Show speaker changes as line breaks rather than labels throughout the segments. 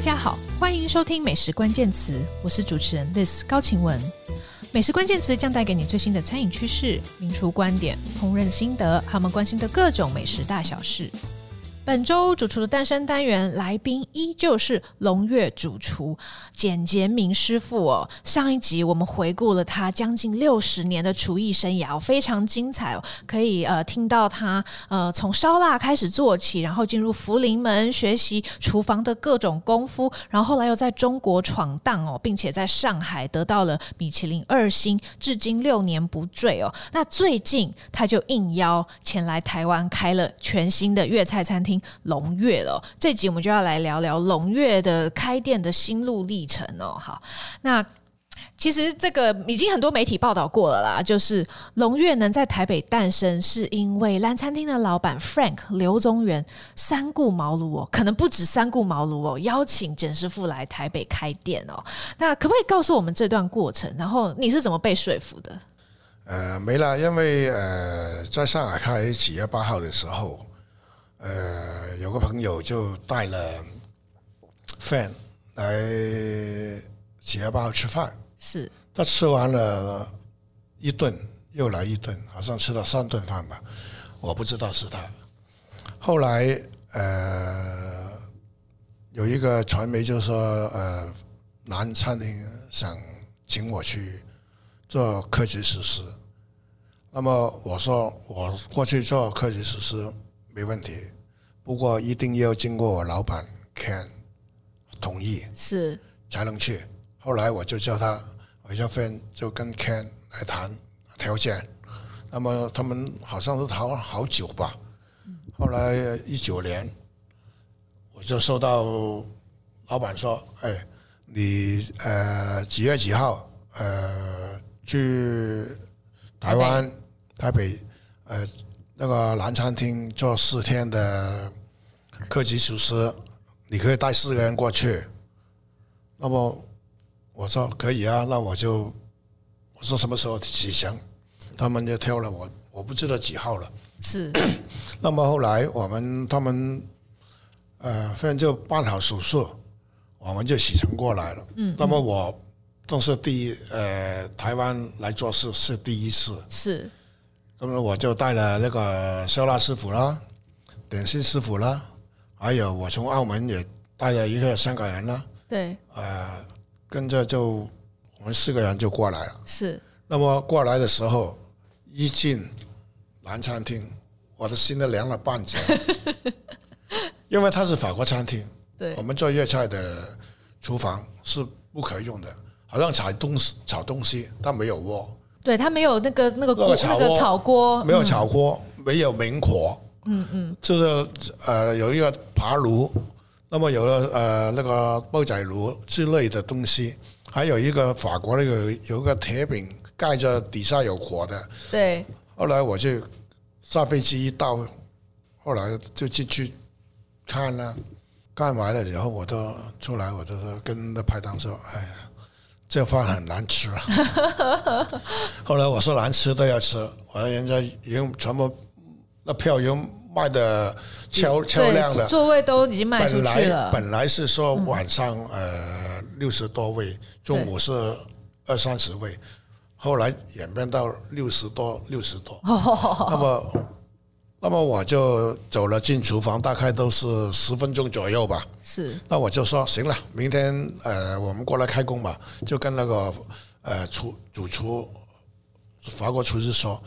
家好，欢迎收听《美食关键词》，我是主持人 Liz 高晴雯。美食关键词将带给你最新的餐饮趋势、名厨观点、烹饪心得，还有我们关心的各种美食大小事。本周主厨的诞生单元来宾依旧是龙月主厨简杰明师傅哦。上一集我们回顾了他将近六十年的厨艺生涯、哦，非常精彩哦，可以呃听到他呃从烧腊开始做起，然后进入福临门学习厨房的各种功夫，然后后来又在中国闯荡哦，并且在上海得到了米其林二星，至今六年不坠哦。那最近他就应邀前来台湾开了全新的粤菜餐厅龙月了哦、这集我们就要来聊聊龙月的开店的心路历程哦。好，那其实这个已经很多媒体报道过了啦，就是龙月能在台北诞生，是因为蓝餐厅的老板 Frank 刘宗元三顾茅庐哦，可能不止三顾茅庐哦，邀请简师傅来台北开店哦。那可不可以告诉我们这段过程？然后你是怎么被说服的？
呃，没了，因为呃，在上海开几月八号的时候，呃，有个朋友就带了 fan 来几月八号吃饭，
是
他吃完了一顿，又来一顿，好像吃了三顿饭吧，我不知道是他。后来呃，有一个传媒就说，呃，南餐厅想请我去做科技实施，那么我说我过去做科技实施没问题，不过一定要经过我老板 Ken 同意。
是
才能去。后来我就叫他，我叫 Fan 就跟 Ken 来谈条件，那么他们好像是谈了好久吧。后来呃一九年，我就收到老板说：“哎，你呃几月几号呃去台湾台北呃那个南餐厅做四天的客级厨师，你可以带四个人过去。”那么我说可以啊，那我就我说什么时候启程，他们就挑了我，我不知道几号了。
是
那么后来我们他们呃，反正就办好手术，我们就启程过来了。嗯，那么我正是第一呃，台湾来做事是第一次，
是
那么我就带了那个烧腊师傅啦，点心师傅啦，还有我从澳门也带了一个香港人啦。
对
呃，跟着就我们四个人就过来了。
是
那么过来的时候，一进南餐厅，我的心都凉了半 截，因为它是法国餐厅，
对
我们做粤菜的厨房是不可以用的，好像炒东西炒东西，它没有锅，
对，他没有那个那个锅
那个炒
那
锅
个炒锅，
没有炒锅，没有明火，哦嗯嗯，就是呃有一个爬炉，那么有了呃那个煲仔炉之类的东西，还有一个法国那个有一个铁饼盖着底下有火的，
对
后来我就下飞机一到，后来就进去看了、看完了以后，我都出来，我就说跟那排档说：“哎呀，这饭很难吃啊。” 后来我说难吃都要吃，我说人家已经全部那票已经卖的超超量
嗯对，
了。
座位都已经卖出
本
去
来
了，嗯
本来是说晚上、呃六十多位，中午是二三十位，后来演变到六十多六十多。那么那么我就走了进厨房，大概都是十分钟左右吧。
是
那我就说行了，明天呃我们过来开工吧，就跟那个呃厨主厨法国厨师说，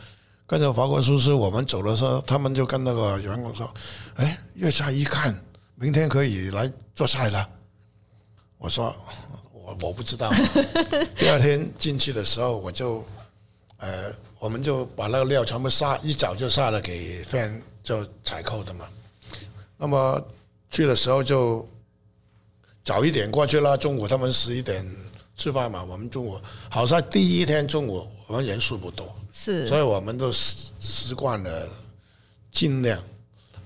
跟着法国厨师我们走的时候，他们就跟那个员工说，哎，粤菜一看明天可以来做菜了。我说我我不知道。第二天进去的时候，我就呃我们就把那个料全部下一早就下了给 fan 就采购的嘛。那么去的时候就早一点过去啦，中午他们十一点吃饭嘛，我们中午好在第一天中午我们人数不多，所
是
以我们都习习惯了尽量。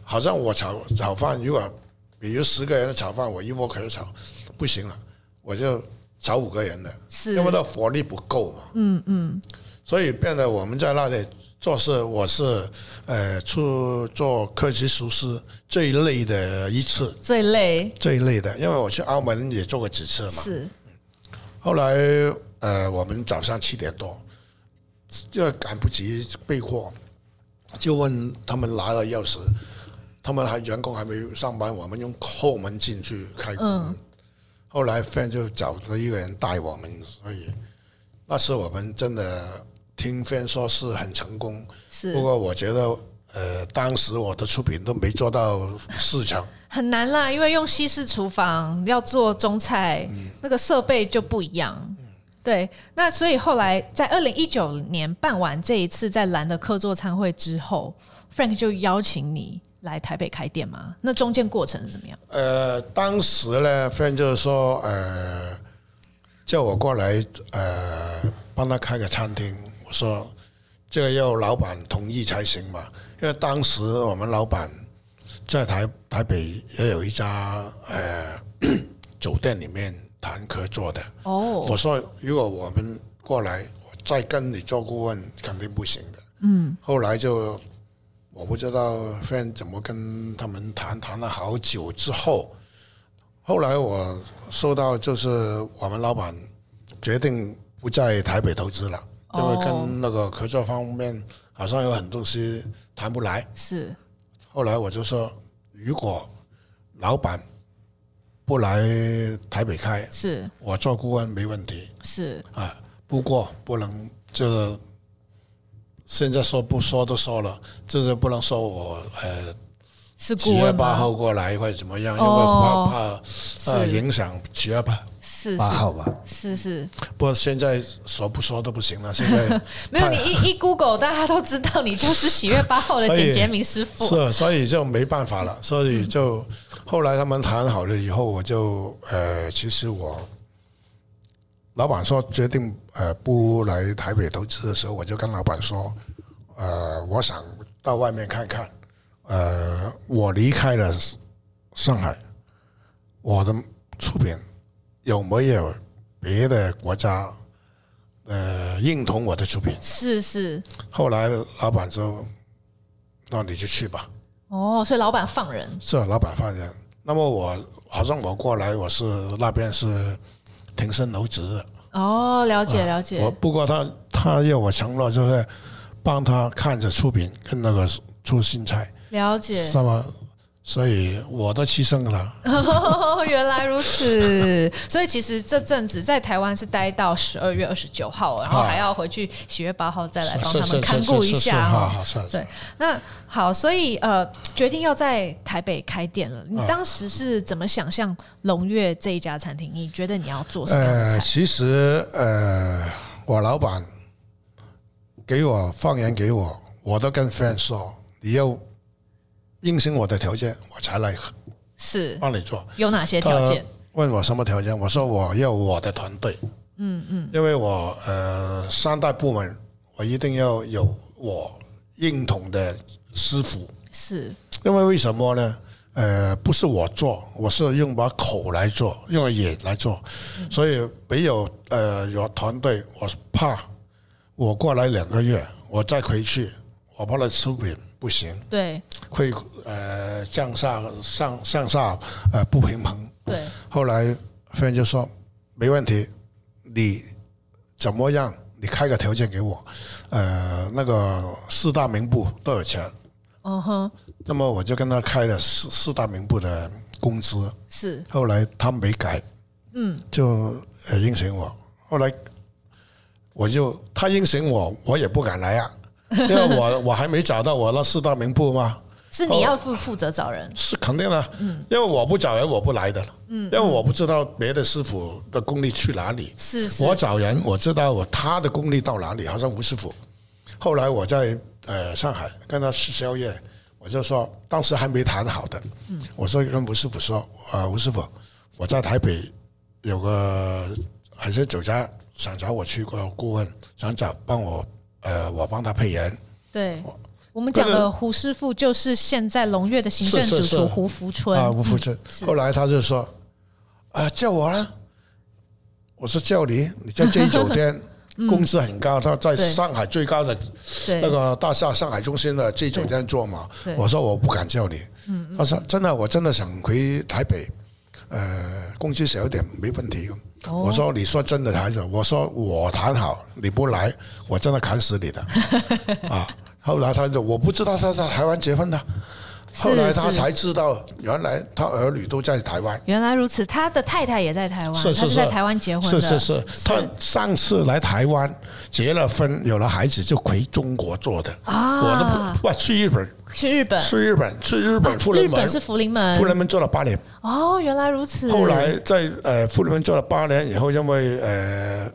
好像我炒炒饭，如果比如十个人的炒饭，我一锅可以炒，不行了，我就炒五个人的，
是
因为那火力不够嘛。嗯嗯，所以变得我们在那里做事我是呃出做科级厨师最累的一次，
最累
最累的，因为我去澳门也做过几次嘛。
是
后来呃，我们早上七点多，就赶不及备货，就问他们拿了钥匙，他们还员工还没上班，我们用后门进去开工。
嗯
后来 fan 就找了一个人带我们，所以那次我们真的听 fan 说是很成功，
是
不过我觉得。呃，当时我的出品都没做到市场，
很难啦，因为用西式厨房要做中菜，
嗯
那个设备就不一样。对，那所以后来在二零一九年办完这一次在兰的客座餐会之后，Frank 就邀请你来台北开店吗？那中间过程是怎么样？
呃，当时呢，夫人就是说，呃，叫我过来，呃，帮他开个餐厅。我说，这个要老板同意才行嘛，因为当时我们老板在台台北也有一家呃 酒店里面谈合作的。
哦
我，说，如果我们过来，我再跟你做顾问，肯定不行的。
嗯，
后来就我不知道 friend 怎么跟他们谈，谈了好久之后，后来我收到就是我们老板决定不在台北投资了，因为
哦
跟那个合作方面好像有很多东西谈不来。
是
后来我就说，如果老板不来台北开，
是
我做顾问没问题
是，
啊。不过不能就是现在说不说都说了，就是不能说我呃
是
七
顾
月
问
八
吗
号过来或者怎么样，因为
哦
怕怕呃
是
影响七月八
是
八号吧。
是是是，
不过现在说不说都不行了，现在
没有
太
你一一 Google，大家都知道你就是喜悦八号的
所以
简洁明师傅。
是，啊所以就没办法了，所以就后来他们谈好了以后，我就呃，其实我老板说决定呃不来台北投资的时候，我就跟老板说，呃，我想到外面看看，呃，我离开了上海，我的出品有没有别的国家呃认同我的出品？
是是
后来老板说，那你就去吧。
哦，所以老板放人
是老板放人。那么我好像我过来，我是那边是挺身而职的。
哦，了解了解，
我不过他他要我承诺就是帮他看着出品跟那个出新菜，
了解
是吗？所以我都牺牲了。
哦，原来如此。所以其实这阵子在台湾是待到十二月二十九号，然后
啊
还要回去喜悦八号再来帮
是
他们
是
看
是
顾
是
一
是是，
下
好
哦。
好是。
对，那好，所以呃，决定要在台北开店了。你当时是怎么想象龙月这一家餐厅？你觉得你要做什么样的
呃，
菜？
其实呃，我老板给我放言给我，我都跟 friend 说，你要应承我的条件，我才来
是
帮你做。
有哪些条件？
呃问我什么条件，我说我要我的团队，嗯嗯，因为我呃三大部门，我一定要有我认同的师傅，
是
因为为什么呢？呃，不是我做，我是用把口来做，用眼来做，所以没有呃有团队，我怕我过来两个月，我再回去，我怕他出品不行，
对
会呃向下上向下呃不平衡。
对
后来夫人就说没问题，你怎么样？你开个条件给我，呃，那个四大名部多少钱？
嗯哼，
那么我就跟他开了四四大名部的工资，
是
后来他没改，
嗯
就呃应承我。后来我就他应承我，我也不敢来啊，因为我我还没找到我那四大名部嘛，
是你要负负责找人。
是肯定的，因为我不找人我不来的，因为我不知道别的师傅的功力去哪里，
是是，
我找人，我知道我他的功力到哪里，好像吴师傅。后来我在呃上海跟他吃宵夜，我就说当时还没谈好的，我说跟吴师傅说，呃，吴师傅，我在台北有个海鲜酒家，想找我去过顾问，想找帮我呃我帮他配人，
对，
哦
我们讲的胡师傅就是现在龙月的行政主
是
厨
是是
胡福春。
啊，吴福春。
嗯是
后来他 就说，啊，叫我啊，我说叫你，你在这酒店工资很高，他在
嗯对
上海最高的
对，
那个大厦上海中心的这酒店做嘛
对。嗯
我说我不敢叫你，他说真的，我真的想回台北，呃，工资少一点没问题。
哦
我说你说真的还是我说我谈好，你不来，我真的砍死你的 啊！后来他就我不知道他在台湾结婚的，
是
后来他
是
才知道原来他儿女都在台湾。
原来如此，他的太太也在台湾，
是是
他是在
是
台湾结婚
是
的，
是是，他上次来台湾结了婚，有了孩子就回中国做的。
啊，
我都不，我去日本，
去日本，
去日本，去日本富
日
人门
本，是福临门，
富人门做了八年，
哦，原来如此，
后来在呃富人门做了八年以后，因为呃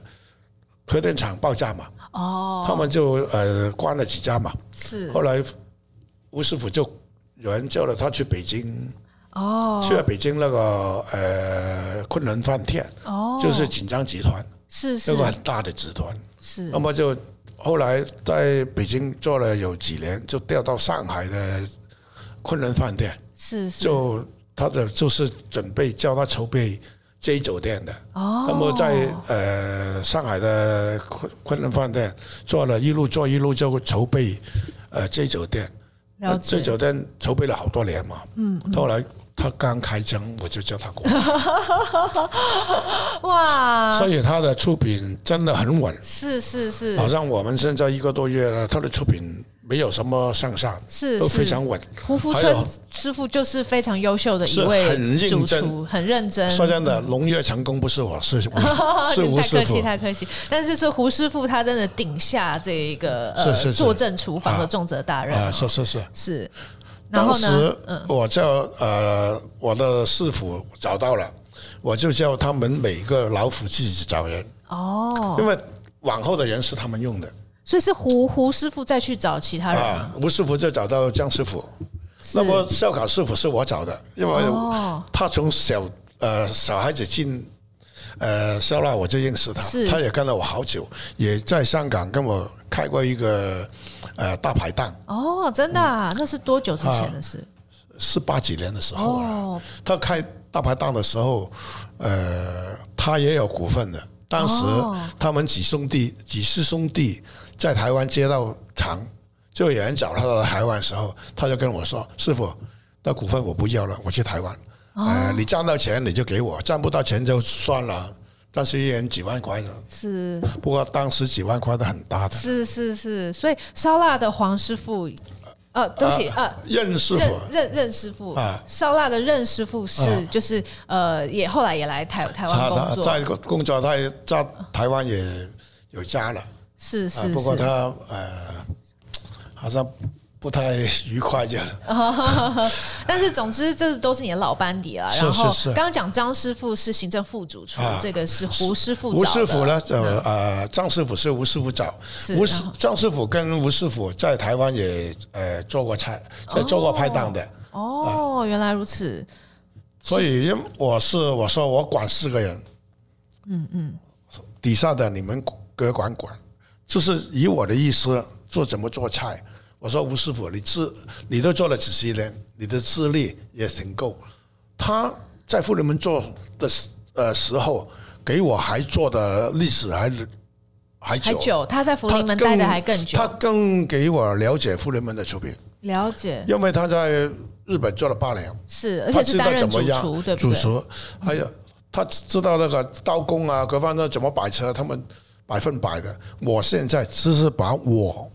核电厂爆炸嘛，
哦，
他们就呃关了几家嘛，
是
后来吴师傅就有人叫了他去北京，
哦
去了北京那个呃昆仑饭店，
哦，
就是锦江集团，
是
那
是
个很大的集团，
是
那么就后来在北京做了有几年，就调到上海的昆仑饭店。
是是
就他的就是准备叫他筹备这一酒店的。
哦，
那么在呃上海的昆昆仑饭店做了一路做一路就筹备呃这一酒店，
了
呃这
解
酒店筹备了好多年嘛。嗯，后来他刚开张，我就叫他 过来，
哇，
所以他的出品真的很稳。
是是是
好像我们现在一个多月了，他的出品没有什么上下，
是
都
是嗯
非常稳。
胡福
还
春
有
师傅就是非常优秀的一
是
位
很认
主
真
厨，很认真。 哦
说真的，农业成功不是我，是吴是吴
嗯太
师
客
傅
气，。太客气。但是是胡师傅他真的顶下这一个呃
是是是
坐镇厨房的
啊
重责大任
啊，是是是。
是。然
当
后呢嗯
时？我叫呃我的师傅找到了，我就叫他们每个老虎自己找人，
哦，
因为往后的人是他们用的
所以是胡胡师傅再去找其他人吗？
啊。吴师傅就找到江师傅，那么烧烤师傅是我找的，因为
哦
他从小呃小孩子进。呃，烧腊我就认识他
是，
他也跟了我好久，也在香港跟我开过一个呃大排档，
哦，真的啊，那是多久之前的事？
是八几年的时候嗯啊。
哦，
他开大排档的时候，呃，他也有股份的。当时
哦
他们几兄弟、几师兄弟在台湾街道长，就有人找他到台湾的时候，他就跟我说：“师傅，那股份我不要了，我去台湾。
哦
呃，你赚到钱你就给我，赚不到钱就算了。但是一人几万块的，
是
不过当时几万块的很大的。
是是是，所以烧腊的黄师傅，呃，对不起，
啊
呃，
任师
任
傅
任任师傅
啊，
烧腊的任师傅是就是呃，也后来也来台台湾
他他
工作，
在工作，他也在台湾也有家了。
是
啊
是，
不过
是，
他呃，好像不太愉快就
但是总之这都是你的老班底了。
是
然后
是是
刚刚讲张师傅是行政副主厨
啊，
这个是胡师傅
吴
找
师
的
傅呢，就呃，张师傅是吴师傅找，
嗯是嗯
吴
然
师
后
张师傅跟吴师傅在台湾也呃做过菜，在做过拍档的，
哦，原来如此，
所以因为我是我说我管四个人，嗯嗯，底下的你们各管管，就是以我的意思做怎么做菜。我说吴师傅，你资你都做了几十年，你的资历也挺够。他在富人门做的时呃时候，给我还做的历史还还久，
还久，他在福
他
临门待的还更久
他，更给我了解富人门的出品，
了解
因为他在日本做了八年。
是，而
他
且是
知
担
道
任
怎
主
么样
厨，对不
主
对？
厨，还有他知道那个刀工啊，各方面怎么摆车，他们百分百的。我现在只是把我，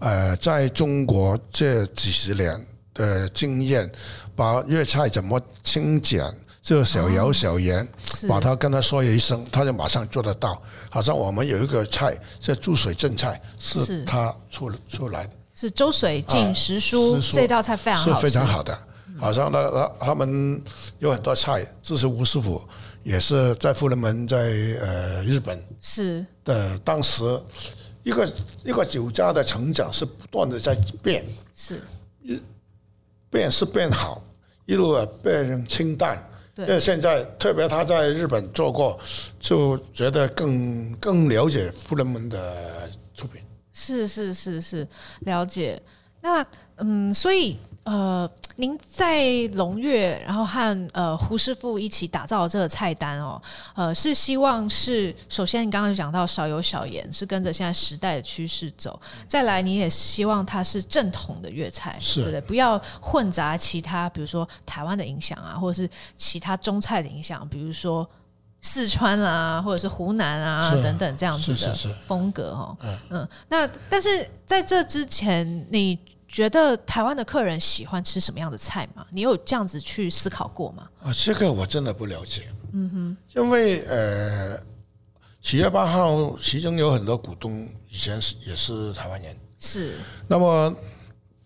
呃，在中国这几十年的经验，把粤菜怎么精简，就小油小盐，
啊是
把它跟他说一声，他就马上做得到。好像我们有一个菜叫注水蒸菜，
是
是他出出来的。
是周水浸时蔬
时蔬
这道菜非常
啊是
好吃，
非常好的。好像那那他们有很多菜，这是吴师傅也是在富人门在呃日本
是
的当时一个一个酒家的成长是不断的在变，
是，
变是变好，一路地变成清淡。
对
因为现在特别他在日本做过，就觉得更更了解富人门的出品。
是是是是，了解。那嗯，所以呃，您在龙月，然后和呃胡师傅一起打造的这个菜单哦，呃，是希望是首先你刚刚讲到少油少盐是跟着现在时代的趋势走，再来你也希望它是正统的粤菜，
嗯是
对不对？不要混杂其他，比如说台湾的影响啊，或者是其他中菜的影响，比如说四川啊，或者是湖南啊
是
等等这样子
是
的
是是
风格哦。嗯，那但是在这之前，你觉得台湾的客人喜欢吃什么样的菜吗？你有这样子去思考过吗？
啊，这个我真的不了解。嗯哼，因为呃，企业八号其中有很多股东以前是也是台湾人，
是
那么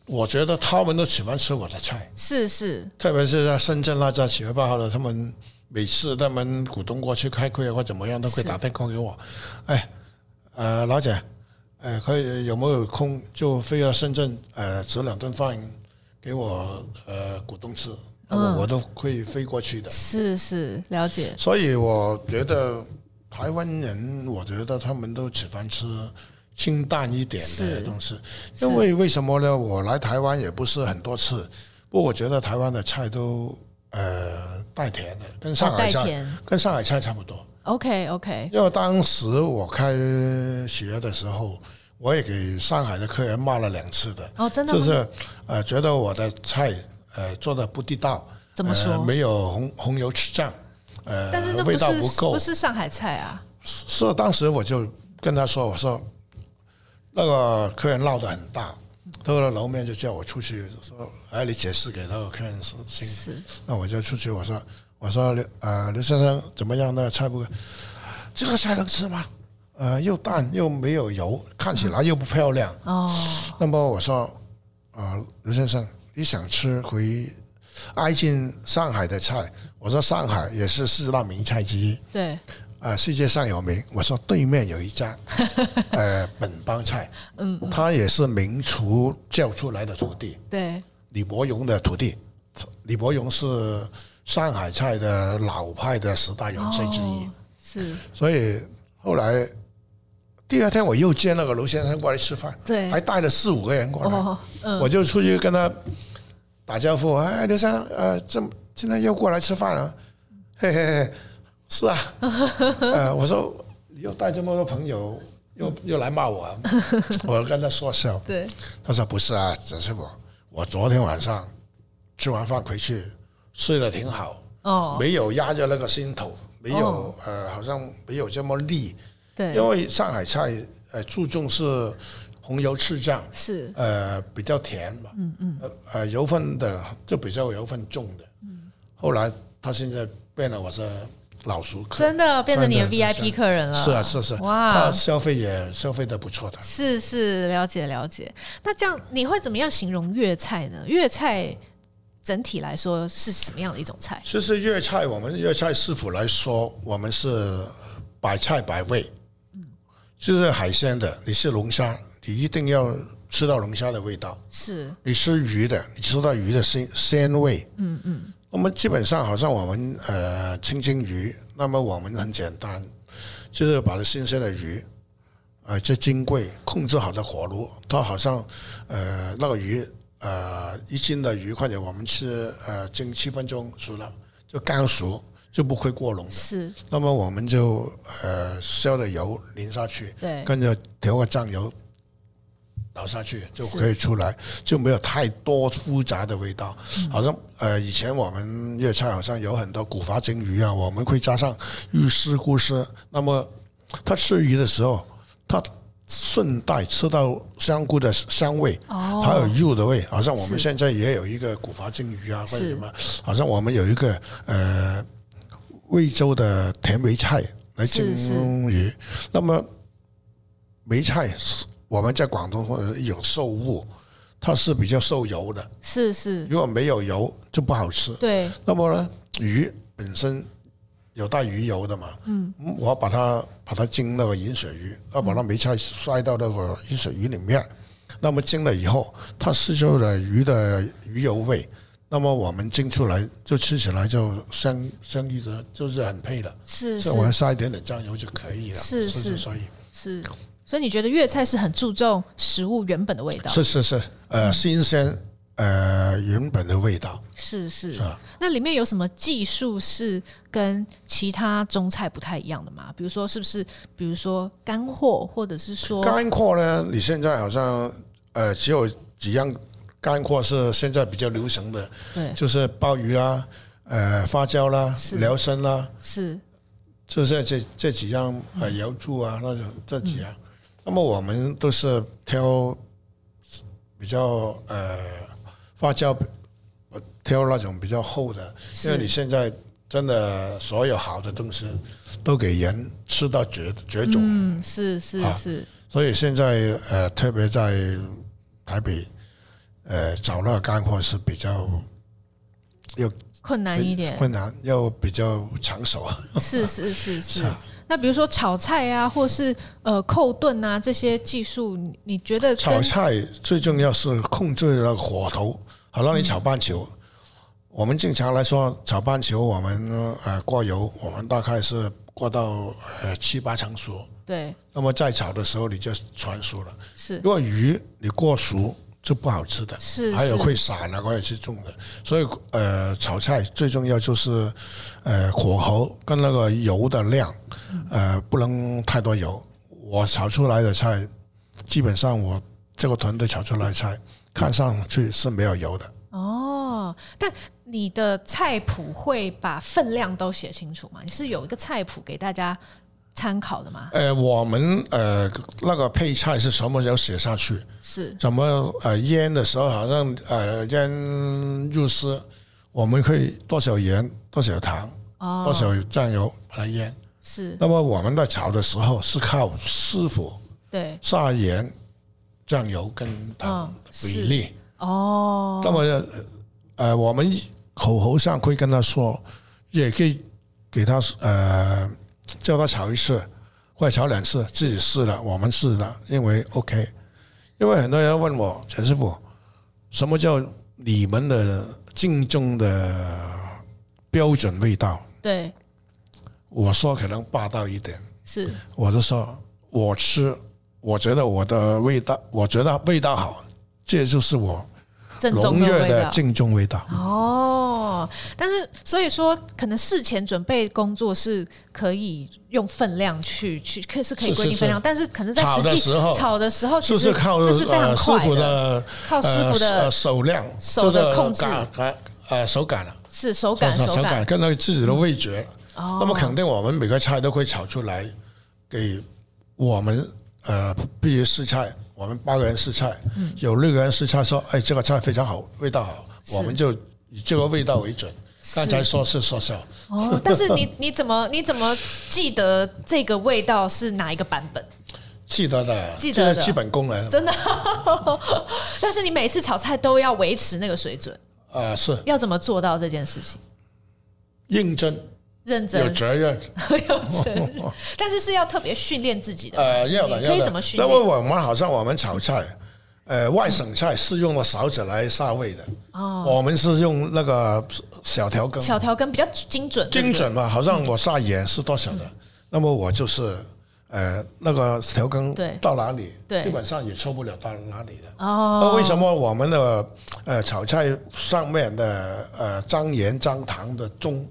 我觉得他们都喜欢吃我的菜，
是是，
特别是在深圳那家企业八号的，他们每次他们股东过去开会啊或怎么样，都会
是
打电话给我，哎，呃，老姐，呃，可以有没有空就飞到深圳，呃，煮两顿饭给我呃股东吃，那么我都会飞过去的。
是是，了解。
所以我觉得台湾人，我觉得他们都喜欢吃清淡一点
是
的东西，因为为什么呢？我来台湾也不是很多次，不过我觉得台湾的菜都呃带甜的，跟上海
代
菜、
田
跟上海菜差不多。
，OK OK，
因为当时我开学的时候，我也给上海的客人骂了两次的，
哦，真的
就
吗？
是呃觉得我的菜呃做的不地道，
怎么说？
呃、没有红红油赤酱，呃，
但是那不
味道
是
够。
是上海菜啊？
是当时我就跟他说，我说那个客人闹得很大，那个楼面就叫我出去说，哎，你解释给那个客人是听。
是
那我就出去，我说我说刘呃刘先生怎么样？那个菜不，这个菜能吃吗？呃，又淡又没有油，看起来又不漂亮。
哦，
那么我说，啊、刘先生，你想吃回挨近上海的菜？我说上海也是四大名菜之一。
对，
啊，世界上有名。我说对面有一 家，呃，本帮菜，嗯，他也是名厨教出来的徒弟，
对，
李伯荣的徒弟。李伯荣是上海菜的老派的十大元帅之一，
哦，是，
所以后来第二天我又见那个卢先生过来吃饭，
对
还带了四五个人过来，
哦，嗯，
我就出去跟他打招呼，哎，刘先生，呃，这今天又过来吃饭了，嘿嘿嘿，是啊，呃，我说你又带这么多朋友，
嗯
又又来 骂我，我跟他说笑，
对，
他说不是啊，只是我，我昨天晚上吃完饭回去睡得挺好，
哦，
没有压着那个心头，没有、
哦
呃，好像没有这么腻，
对，
因为上海菜呃注重是红油赤酱。
是
呃比较甜嘛，嗯嗯，呃呃油分的就比较油分重的，嗯，后来他现在变了，我是老熟客，
真的变成你的
真的
VIP 客人了。
是啊是啊是啊，
哇
他，消费也消费的不错的，
是是了解了解。那这样你会怎么样形容粤菜呢？粤菜整体来说是什么样的一种菜？
其实粤菜我们粤菜师傅来说，我们是百菜百味，就是海鲜的，你是龙虾，你一定要吃到龙虾的味道，
是
你吃鱼的，你吃到鱼的鲜鲜味。嗯嗯。我们基本上好像我们呃清蒸鱼，那么我们很简单，就是把它新鲜的鱼，呃，这金贵控制好的火炉，它好像呃那个鱼呃一斤的鱼，或者我们吃呃蒸七分钟熟了，就刚熟就不会过笼的。
是，
那么我们就呃烧的油淋下去，
对，
跟着调个酱油倒下去就可以出来，就没有太多复杂的味道。好像呃，以前我们粤菜好像有很多古筏蒸鱼啊，我们会加上玉丝、菇丝。那么他吃鱼的时候，他顺带吃到香菇的香味。
哦，
还有肉的味，好像我
是
们现在也有一个古筏蒸鱼啊，或者
是
什么，好像我们有一个呃惠州的甜梅菜来
是是
蒸鱼。那么梅菜是我们在广东或者有瘦物，它是比较受油的，
是是，
如果没有油就不好吃。
对，
那么呢，鱼本身有带鱼油的嘛，嗯，我把它把它蒸那个银鳕鱼，要把那梅菜塞到那个银鳕鱼里面，那么蒸了以后，它吸收了鱼的鱼油味，那么我们蒸出来就吃起来就相相依的，就是很配的，
是
所以我要
是
塞一点点酱油就可以了，
是
是
是
所以
是。所以你觉得粤菜是很注重食物原本的味道？
是是是，呃，新鲜。呃原本的味道，
是是
是吧？啊
那里面有什么技术是跟其他中菜不太一样的吗？比如说，是不是比如说干货，或者是说
干货呢，你现在好像呃只有几样干货是现在比较流行的，
对
就是鲍鱼啦、呃发酵啦、
是
辽参啦，
是
就是这这几样啊，呃瑶柱啊那种这几样。那么我们都是挑比较呃发酵，呃挑那种比较厚的，因为你
是
现在真的所有好的东西都给人吃到绝绝种，
嗯是是
啊
是
所以现在呃特别在台北呃找那个干货是比较
困难一点，
困难，又比较抢手啊。
是是是是
是啊。
那比如说炒菜啊，或是呃扣炖啊这些技术，你你觉得
炒
跟
菜最重要是控制那个火候，好让你炒半球。我们正常来说，炒半球我们呃过油，我们大概是过到呃七八成熟。
对
那么在炒的时候你就全熟了。
是
如果鱼你过熟就不好吃的，
是
还有
是
会散啊，或者是重的。所以呃，炒菜最重要就是呃火候跟那个油的量，呃不能太多油。我炒出来的菜，基本上我这个团队炒出来的菜，看上去是没有油的。
哦？但你的菜谱会把分量都写清楚吗？你是有一个菜谱给大家参考的吗？
呃，我们呃那个配菜是什么时候写上去？
是
怎么呃腌的时候，好像呃腌肉丝，我们可以多少盐、多少糖、多
哦，
少酱油把它腌。
是
那么我们在炒的时候是靠师傅
对
撒盐、酱油跟糖
嗯
的比例。
哦，
那么呃呃，我们口头上会跟他说，也可以给他呃叫他炒一次，或者炒两次，自己试了，我们试了，因为 OK。因为很多人问我陈师傅，什么叫你们的正宗的标准味道？
对
我说可能霸道一点。
是
我就说，我吃，我觉得我的味道，我觉得味道好，这就是我
正宗
龙
的
悦
味
的
道。
正宗味道。
哦，但是所以说，可能事前准备工作是可以用分量去去，可是可以
是
规定
是
分量，但是可能在
炒
实
的
际
时候
炒的时候，其
就
实
是靠
那是非常
呃师
快
傅
的，
的
靠师傅
呃
的
呃手量、
手的控制
这个感呃手感啊，
是手感
手
手
感，跟那个自己的味觉。
哦，
那么肯定我们每个菜都会炒出来，给我们呃，必须试菜，我们八个人试菜，
嗯
有六个人试菜说，哎，这个菜非常好，味道好，
是
我们就以这个味道为准。刚才说是说笑，
哦，但是 你你怎么你怎么记得这个味道是哪一个版本？
记得的，
记得的
这是基本功能。
真的， 但是你每次炒菜都要维持那个水准，
啊，是
要怎么做到这件事情？
认真，
认真
有责任，
但是是要特别训练自己的吗，
呃，
是
要
你
的，
可
要
以
的。
怎么训
那
练？
么我们好像我们炒菜，呃，外省菜是用了勺子来下味的，
哦，
我们是用那个小条羹，
小调羹比较精准，对不嗯
精
对
准嘛，好像我下盐是多少的，那么我就是呃那个调羹
对
到哪里，
对
基本上也错不了到哪里的。那
哦，
为什么我们的呃炒菜上面的呃张盐张糖的盅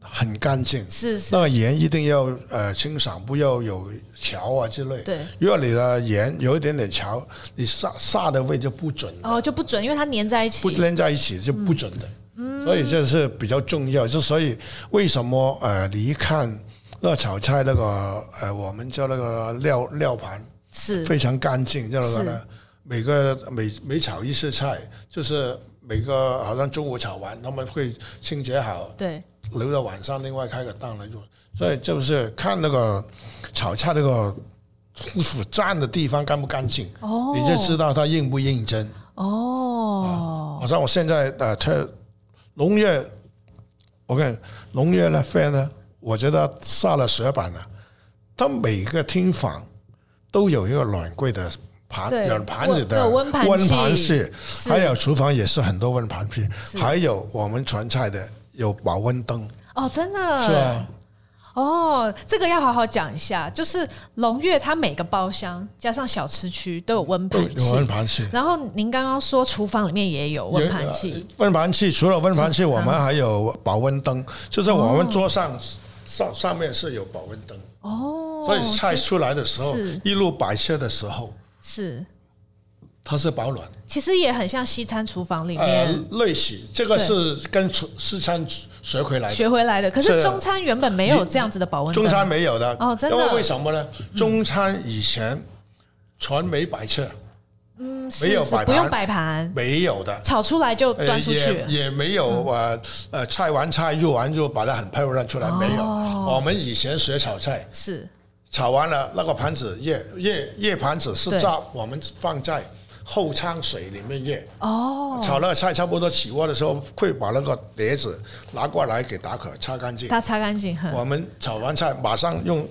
很干净？
是是
那个盐一定要呃清爽，不要有桥啊之类。
对，
如果你的盐有一点点桥，你下下的味就不准了，
哦就不准，因为它粘在一
不
起，
连在一起就不准的。
嗯
所以这是比较重要。就所以为什么呃，你一看那炒菜那个呃，我们叫那个料料盘，
是
非常干净，叫做呢
是，
每个每每炒一次菜，就是每个好像中午炒完，他们会清洁好，
对
留到晚上另外开个档来用。所以就是看那个炒菜那个师傅站的地方干不干净，
哦，
你就知道他认不认真。
哦，
好像我现在呃，特农业，我看农业呢，费呢，我觉得下了石板了，它每个厅房都有一个暖柜的盘，
对
暖盘子
温
的
有温盘器
盘室，
是
还有厨房也是很多温盘器，
是
还有我们传菜的有保温灯，
哦，真的
啊是吧？
哦，这个要好好讲一下，就是龙月它每个包厢加上小吃区都有温
有
盘器
有， 温盘器，
然后您刚刚说厨房里面也有温盘器，
温盘器除了温盘器，我们还有保温灯，就是我们桌上上上面是有保温灯，
哦，
呃所以菜出来的时候
是，
一路摆切的时候，
是
它是保暖。
其实也很像西餐厨房里
呃
面，
类似这个是跟厨西餐学回来的，
学回来的，可是
呃是啊
中餐原本没有这样子的保温灯，
中餐没有的。
哦真的
因为为什么呢？中餐以前传媒摆设
嗯
没有
是
摆
是不用
盘
摆盘，
没有的，
炒出来就
呃
端出去嗯
也，也没有呃呃菜完菜肉完肉把它很漂亮出来
哦
没有。我们以前学炒菜，
是
炒完了那个盘子叶叶叶盘子是
对
炸，我们放在后汤水里面叶。
哦，
炒那个菜差不多起锅的时候，会把那个碟子拿过来给打可擦干净。
它擦干净，哼
我们炒完菜马上用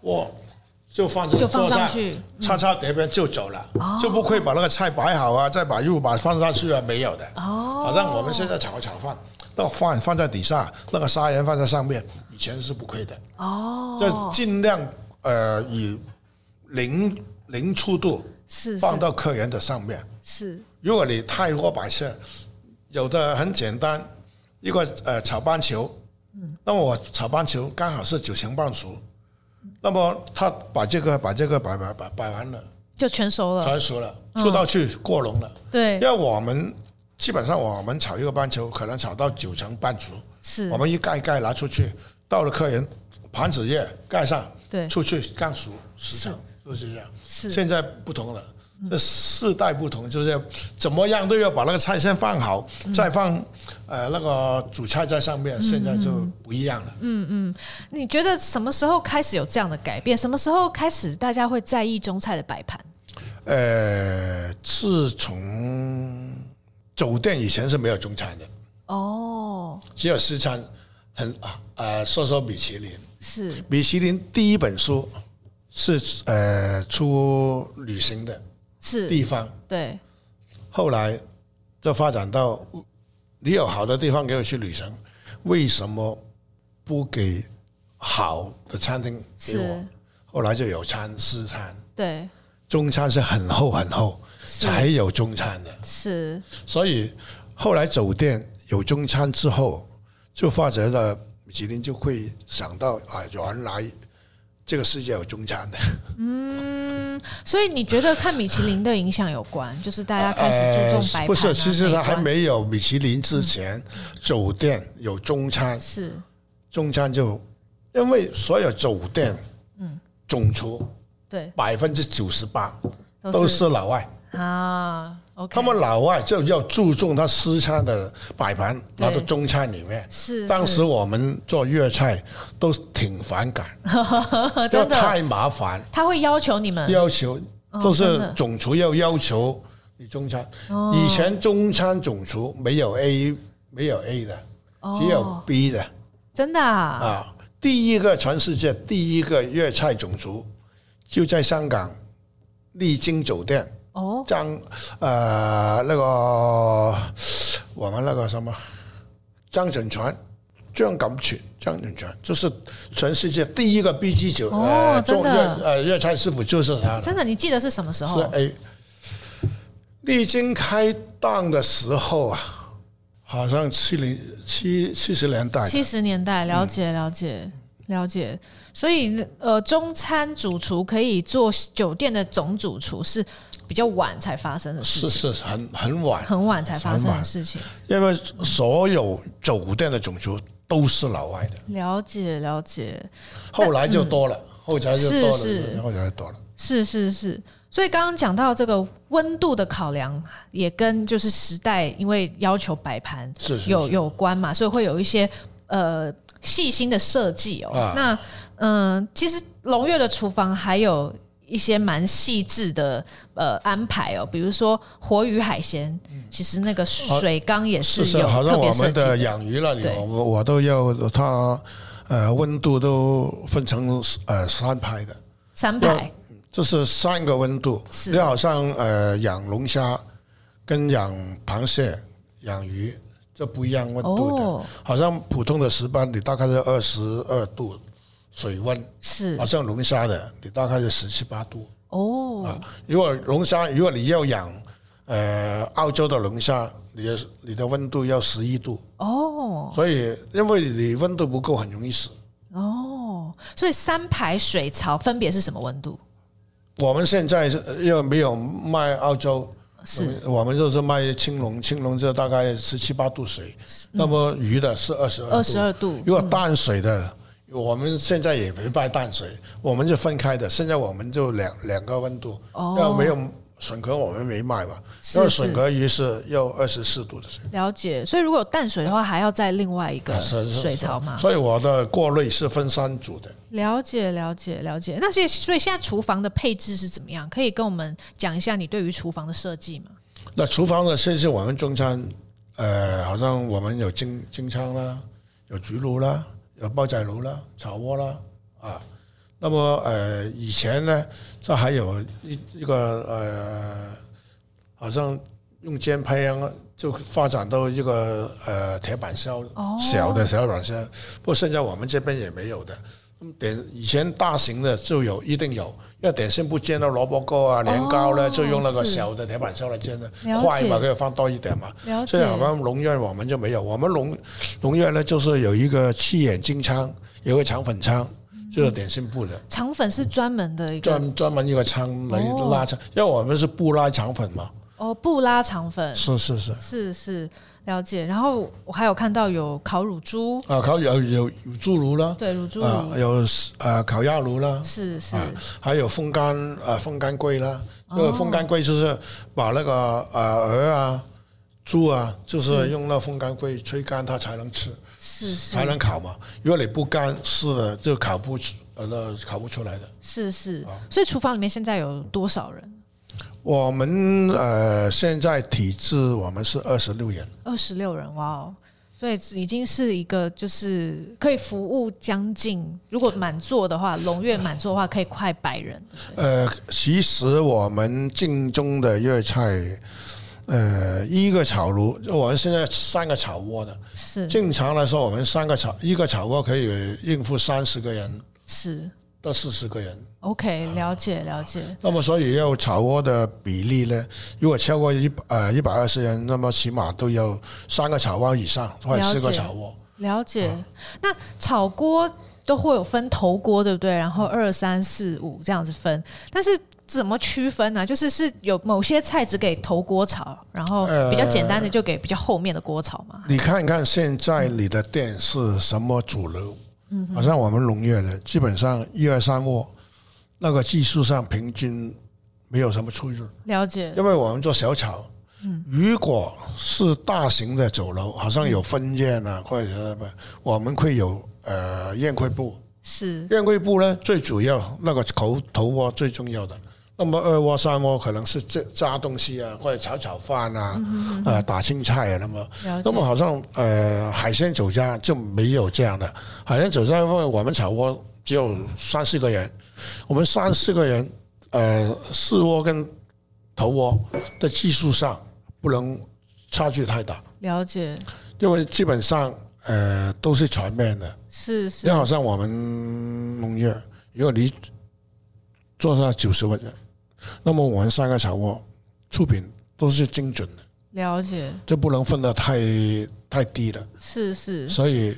锅就放进
就放
桌
上
上
去，嗯哦
擦擦碟边就走了，就不会把那个菜摆好啊，再把肉把放上去啊，没有的。
哦，
好像我们现在炒个炒饭，那个饭放在底下，那个砂盐放在上面，以前是不会的，就
哦，
尽量呃以零零粗度
是
放到客人的上面。
是是
如果你太过摆设，有的很简单，一个呃炒班球，那么我炒班球刚好是九成半熟，那么他把这个把这个摆摆摆摆完了，
就全熟了，
全熟了，出到去过笼了。
对
因，为我们基本上我们炒一个班球，可能炒到九成半熟，
是
我们一盖一盖拿出去，到了客人盘子叶盖上，
对
出去刚熟十成，就是这样。
是嗯
现在不同了，这世代不同，就是怎么样都要把那个菜先放好，
嗯
再放呃那个主菜在上面，现在就不一样了。
嗯你觉得什么时候开始有这样的改变？什么时候开始大家会在意中菜的摆盘？
呃，自从酒店以前是没有中餐的，
哦，
只有西餐。很啊、呃，说说米其林，
是
米其林第一本书是呃出旅行的
是，
地方，
对，
后来就发展到，你有好的地方给我去旅行，为什么不给好的餐厅给我
是？，
后来就有餐私餐，
对，
中餐是很厚很厚才有中餐的，
是
所以后来酒店有中餐之后，就发觉了米其林就会想到啊，原来这个世界有中餐的。
所以你觉得看米其林的影响有关，就是大家开始注重摆盘、啊
呃不是，其实它
美
还
观嗯
没有米其林之前，酒店有中餐，
是
中餐就因为所有酒店，嗯，总厨
对，
百分之九十八
都
都是老外，
啊，OK，
他们老外就要注重他西餐的摆盘，
对
拿到中餐里面。
是
当
是
时我们做粤菜都挺反感，因为
啊 真的
太麻烦，
他会要求你们
要求
哦真
都是
的哦
总厨要要求你中餐。以前中餐总厨没有 A 没有 A 的，只有
哦，
B 的。
真的啊，
啊，第一个全世界第一个粤菜种族就在香港丽晶酒店，
哦，
张呃那个我们那个什么张振全。张锦全，张锦全就是全世界第一个 B G 酒，
哦
呃，
真
中
的
粤呃粤菜师傅就是他了，
真的，你记得是什么时
是
候？
A。丽晶开档的时候啊，好像七零七七十年代，
七十年代，了解
嗯
了解了解。所以呃，中餐主厨可以做酒店的总主厨是比较晚才发生的事
是
情，
是很很晚，
很晚才发生
很
的
晚
事情。
因为所有酒店的种族都是老外的，
了解了解，
后来就多了，后来就多了，
嗯是是
后来就多了。
是是是。所以刚刚讲到这个温度的考量，也跟就是时代因为要求摆盘
是是
有
是
有关嘛，所以会有一些呃细心的设计哦。
啊
那嗯、其实龙月的厨房还有一些蛮细致的呃安排哦，比如说活鱼海鲜，其实那个水缸也
是
有
嗯好
特
像
别
我
设
们
计的
的养鱼那里
对，
我我我都要它，呃，温度都分成呃三排的，
三排，
就是三个温度，
是
就好像呃养龙虾、跟养螃蟹、养鱼这不一样温度的。
哦，
好像普通的石斑，你大概是二十二度水温，
是
好像龙虾的，你大概是十七八度。啊
哦，
如果龙虾，如果你要养呃澳洲的龙虾，你的你的温度要十一度，
哦，
所以因为你温度不够，很容易死。
哦，所以三排水槽分别是什么温度？
我们现在是呃又没有卖澳洲，
是
我们我们就是卖青龙，青龙就大概十七八度水，那么鱼的是二十二，
二十二度，
如果淡水的，我们现在也没卖淡水，我们是分开的。现在我们就两两个温度，
哦
要没有笋壳我们没卖吧？
是
因为笋壳鱼是要二十四度的水，
了解。所以如果有淡水的话，还要再另外一个
啊是是
水槽嘛？
所以我的过滤是分三组的。
了解，了解，了解。那些所以现在厨房的配置是怎么样？可以跟我们讲一下你对于厨房的设计吗？
那厨房呢？现在我们中餐，呃，好像我们有金金枪啦，有焗炉啦，有煲仔炉啦，炒锅啦，啊。那么呃，以前呢，这还有一一个呃，好像用煎胚啊，就发展到一个呃铁板烧，
哦
小的铁板烧。不过现在我们这边也没有的。那么点以前大型的就有，一定有，因为点心不煎到萝卜糕啊、年糕呢，
哦
就用那个
是
小的铁板烧来煎的。
了解
啊快嘛，可以放多一点嘛。
了解
所以，好像龙苑我们就没有，我们龙龙苑呢，就是有一个七眼金仓，有一个肠粉仓，就是点心部的，
肠粉是专门的一个
专专门一个仓来
哦
拉肠，因为我们是布拉肠粉嘛。
哦，布拉肠粉
是是是，
是是了解。然后我还有看到有烤乳猪，
啊，烤有有有猪炉啦，
对，乳猪乳
啊，有呃烤鸭炉啦，
是是哦
啊还有风干呃风干龟啦，这个风干龟就是把那个呃鹅啊。猪啊，就是用那风干龟吹干它才能吃。
是是
才能烤嘛。如果你不干湿了，就烤不出呃，那烤不出来的。
是是。
啊
所以厨房里面现在有多少人？
我们呃现在体制我们是二十六人，
二十六人，哇哦！所以已经是一个就是可以服务将近，如果满座的话，龙月满座的话可以快百人。
呃，其实我们正宗的粤菜，呃，一个炒炉，我们现在三个炒锅的。
是
正常来说，我们三个炒一个炒锅可以应付三十个人
是
到四十个人。啊
，OK，了解了解，
那么所以要炒锅的比例呢，如果超过一百呃一百二十人，那么起码都要三个炒锅以上，或者四个
了解
炒锅。
了解。那炒锅都会有分头锅，对不对？然后
嗯
二三四五这样子分，但是怎么区分呢、就是是有某些菜只给头锅炒，然后
呃
比较简单的就给比较后面的锅炒嘛。
你看看现在你的店是什么主流？好像我们农业的，基本上一二三窝，那个技术上平均没有什么出入，
了解，
因为我们做小炒。如果是大型的酒楼，好像有分宴啊，或者是什么，我们会有呃宴会部。
是
宴会部呢，最主要那个头头窝最重要的。那么二窝三窝可能是炸炸东西啊，或者炒炒饭啊，呃打青菜啊，那么
了
那么
解，
好像呃，海鲜酒家就没有这样的。海鲜酒家，因为我们炒锅只有三四个人，我们三四个人，呃，四窝跟头窝的技术上不能差距太大，
了解，
因为基本上呃都是全面的。
是是
你好像我们农业，如果你做到九十个人，那么我们三个炒锅出品都是精准的，
了解，
就不能分得太太低了。
是是
所以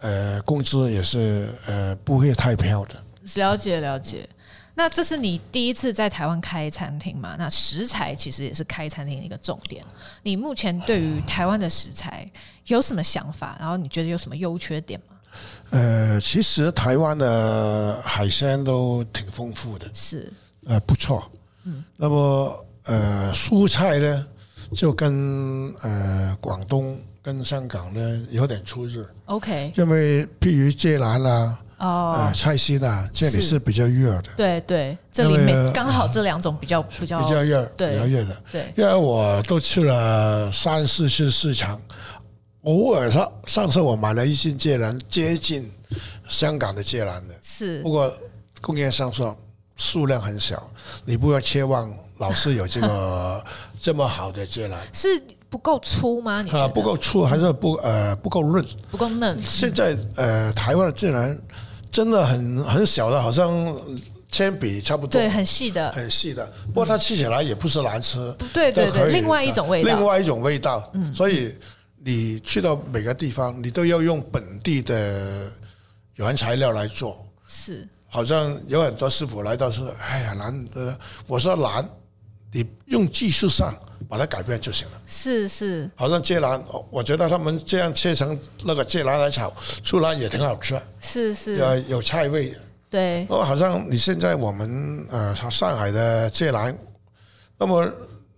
呃，工资也是呃不会太飘的。
了解了解。那这是你第一次在台湾开餐厅嘛？那食材其实也是开餐厅的一个重点。你目前对于台湾的食材有什么想法？然后你觉得有什么优缺点吗？
呃，其实台湾的海鲜都挺丰富的，
是
呃，不错。嗯。那么呃，蔬菜呢，就跟呃广东跟香港呢有点出入，
OK
因为譬如芥兰啦、啊、
哦，
呃菜心啊，这里
是
是比较热的，
对对，这里
因为
每刚好这两种比较比较
比较热，
对
比较热的。
对
因为我都去了三四次市场，偶尔上上次我买了一斤芥兰，接近香港的芥兰的，
是
不过供应商说数量很小，你不要期望老是有这个这么好的芥兰。
是不够粗吗？你觉得
啊，不够粗还是不呃不够润。
不够嫩？
现在呃，台湾的自然真的很很小的，好像铅笔差不多，
对，很细的，
很细的。不过它吃起来也不是难吃，
对对
哎都可
对，
以
另外一种味
另
道，嗯
外一种味道。所以你去到每个地方，你都要用本地的原材料来做。
是
好像有很多师傅来到说：“哎呀，难。”呃，我说难，你用技术上把它改变就行了。
是是，
好像芥兰，我觉得他们这样切成那个芥兰来炒，出来也挺好吃，
是是，
呃，有菜味。
对，
哦，好像你现在我们呃上海的芥兰，那么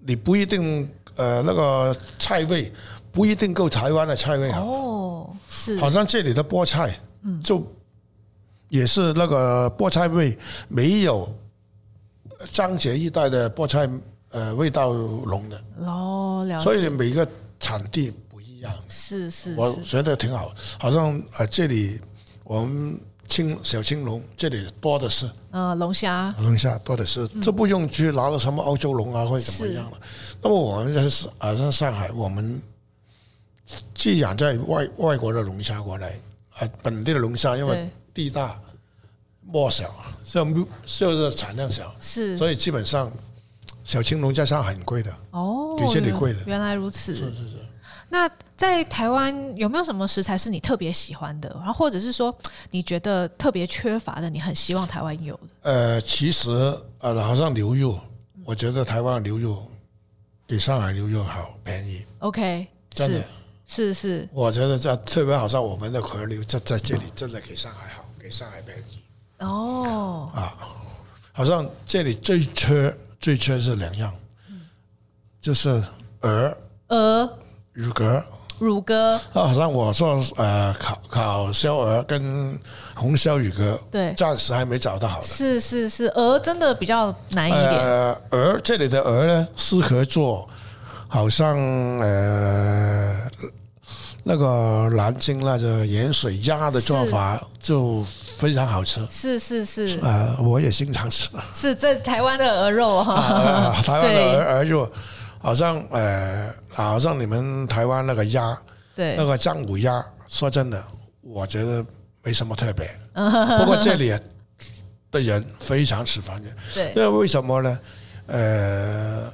你不一定呃那个菜味不一定够台湾的菜味好，
哦，是
好像这里的菠菜，就也是那个菠菜味没有张杰一带的菠菜呃味道浓的，
哦，了
所
解，
以每个产地不一样。
是是
我
是，
觉得挺好，好像呃这里我们青小青龙这里多的是，
呃，龙虾
龙虾多的是，
嗯
这不用去拿了什么欧洲龙啊或者怎么样了。那么我们在上啊在上海，我们寄养在外外国的龙虾过来，啊本地的龙虾因为
对
地大墨小，就就是产量小，
是，
所以基本上小青龙在上海很贵的。
哦，
比这里
原
贵的
原来如此，
是是是。
那在台湾有没有什么食材是你特别喜欢的？然后或者是说你觉得特别缺乏的，你很希望台湾有的？
呃，其实呃，好像牛肉，我觉得台湾的牛肉比上海牛肉好便宜，
OK，
真的
是。是是，
我觉得在啊特别好像我们的河流在在这里真的给上海好，给上海便宜。
哦，
啊好像这里最缺最缺是两样，就是鹅、
鹅、
乳鸽。
乳鸽，
那好像我说呃，烤烤烧鹅跟红烧乳鸽，
对
暂时还没找到好的。
是是是，鹅真的比较难一点。
呃，鹅这里的鹅呢，适合做好像呃那个南京那个盐水鸭的做法就非常好吃。
是是 是
呃，我也经常 吃。
是，这台湾的鹅肉哈
啊，台湾的鹅鹅肉，好像呃，好像你们台湾那个鸭，
对
哎那
对，
个姜母鸭，说真的，我觉得没什么特 别。不过这里的人非常吃饭的，
对
因为为什么呢？呃，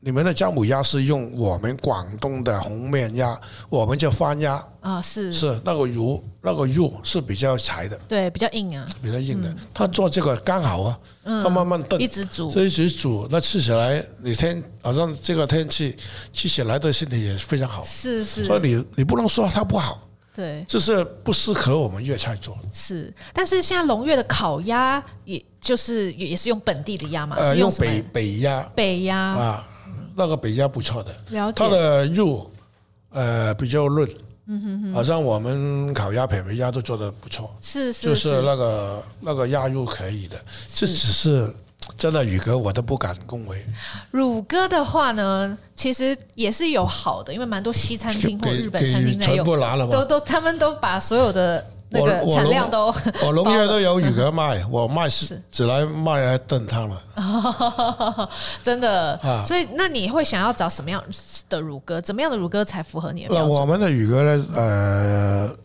你们的姜母鸭是用我们广东的红面鸭，我们叫番鸭，
啊是，
是那个油那个肉是比较柴的，
对比较硬啊，
比较硬的。他做这个刚好啊，他慢慢炖
嗯一，直煮
这一直煮，那吃起来你天好像这个天气吃起来对身体也非常好，
是是，
所以你你不能说它不好，
对
就是不适合我们粤菜做。
是。但是现在龙月的烤鸭，也就是也也是用本地的鸭嘛，
呃，
是
用
什么
北北鸭
北鸭，
啊，那个北鸭不错的，
了解
它的肉呃比较嫩，
嗯
好像我们烤鸭、北梅鸭都做的不错，
是
就是是那个那个鸭肉可以的，这只是真的宇哥我都不敢恭维，
乳鸽的话呢，其实也是有好的，因为蛮多西餐厅或
给
日本餐
给
厅在
全
用，
部拿了吗
都？都他们都把所有的那个
我我
产量都
我农
包
业
了
哦都有宇哥卖，我卖是只来卖来炖汤了。
真的，
啊
所以那你会想要找什么样的乳鸽？怎么样的乳鸽才符合你的标
那
准？
我们的宇哥呢？呃，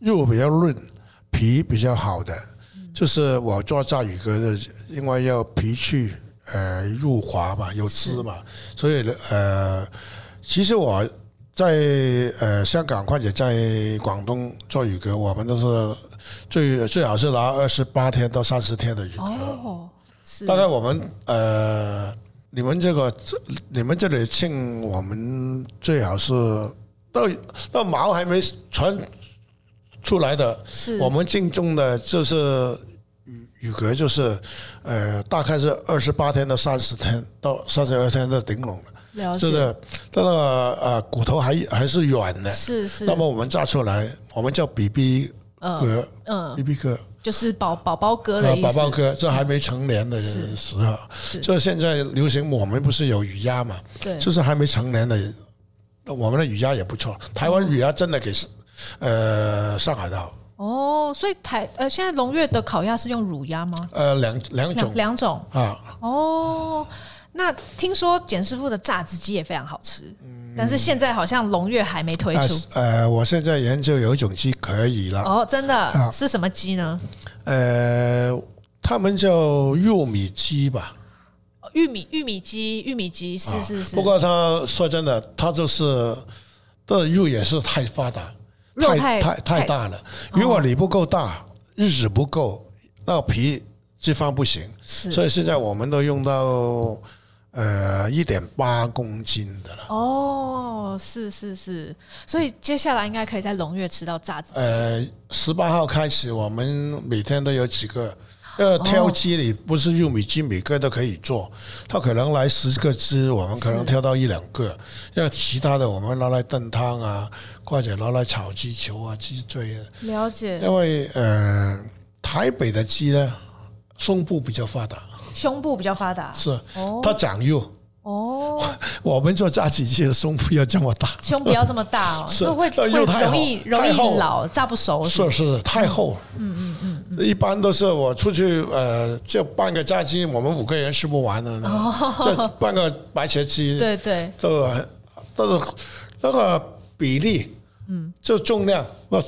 肉比较嫩，皮比较好的，
嗯
就是我做炸宇哥的，因为要皮去呃入滑嘛，有汁嘛，所以呃，其实我在呃香港或者在广东做宇哥，我们都是最最好是拿二十八天到三十天的宇哥。
哦，是
大概我们呃，你们这个这你们这里庆，我们最好是到到毛还没传出来的，
是
我们敬重的就是羽羽格，就是呃，大概是二十八天到三十天到三十二天的顶笼了，
了解，
就是它那个呃骨头还还是软的。
是是，
那么我们炸出来，我们叫 BB
嗯
格
嗯，
，BB 格。
就是宝宝宝鸽的
呃，
意
宝
思，
宝哥，这还没成年的
是
时候
是，
就现在流行，我们不是有鱼鸭嘛？
对，
就是还没成年的，我们的鱼鸭也不错。台湾鱼鸭真的给，呃，上海的好，
哦，所以台呃，现在龙月的烤鸭是用乳鸭吗？
呃，两两
两
种
两种
啊，
哦。那听说简师傅的炸子鸡也非常好吃，但是现在好像龙月还没推
但
出
嗯是呃，我现在研究有一种鸡可以了，
哦，真的
啊
是什么鸡呢？
呃，他们叫玉米鸡吧。
玉米玉米鸡，玉米鸡是是是，
啊不过他说真的，他就是的肉也是太发达，
肉太
太太
太
太大了。如果你不够大，日子不够，那皮脂肪不行。
是
所以现在我们都用到呃一点八公斤的了。
哦，是是是，所以接下来应该可以在龙月吃到炸子鸡。
呃，十八号开始，我们每天都有几个。呃，挑鸡你不是玉米鸡，每个都可以做。它可能来十个只，我们可能挑到一两个。要其他的，我们拿来炖汤啊，或者拿来炒鸡球啊、鸡椎啊。
了解，
因为呃，台北的鸡呢，胸部比较发达，
胸部比较发达
是
哦
它长肉。
哦，
我们做炸鸡鸡的胸部要这么大，
胸不要这么大哦，
是
就会
那
会
又太
容
厚
易容
太
易
厚
老，炸不熟是
是
吗
是是，太厚了。嗯嗯嗯。一般都是我出去呃，就半个炸鸡，我们五个人吃不完的呢。这半个白切鸡，
对对，
这个这个那个比例，嗯，就重量那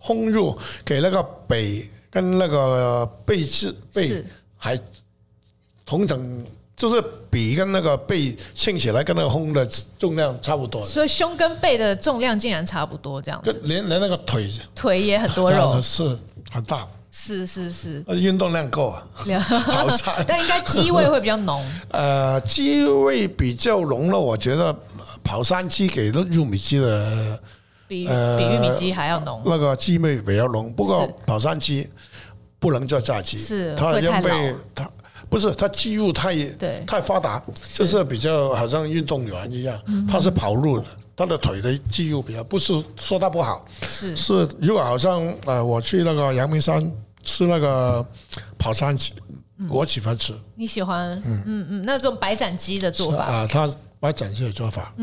烘入给那个北跟那个背翅背
是
还同等，就是比跟那个背称起来跟那个烘的重量差不多的，
所以胸跟背的重量竟然差不多这样
就
子，
连连那个腿
腿也很多肉，
是很大，
是是是，
运动量够啊。
了
好惨
但应该鸡味会比较浓，
呃，鸡味比较浓了，我觉得跑山鸡给玉米鸡的
比
呃
比玉米鸡还要浓，
那个鸡味比较浓，不过
是
跑山鸡不能做炸鸡，
是
它
会
因
太
为
老
它不是它肌肉太
对
太发达，就是比较好像运动员一样，
嗯
他是跑路的，他的腿的肌肉比较不是说他不好，
是
是如果好像呃我去那个阳明山吃那个跑山鸡，
嗯
我喜欢吃
你喜欢，嗯嗯，那种白斩鸡的做
是
法，
啊，他把展示的做法，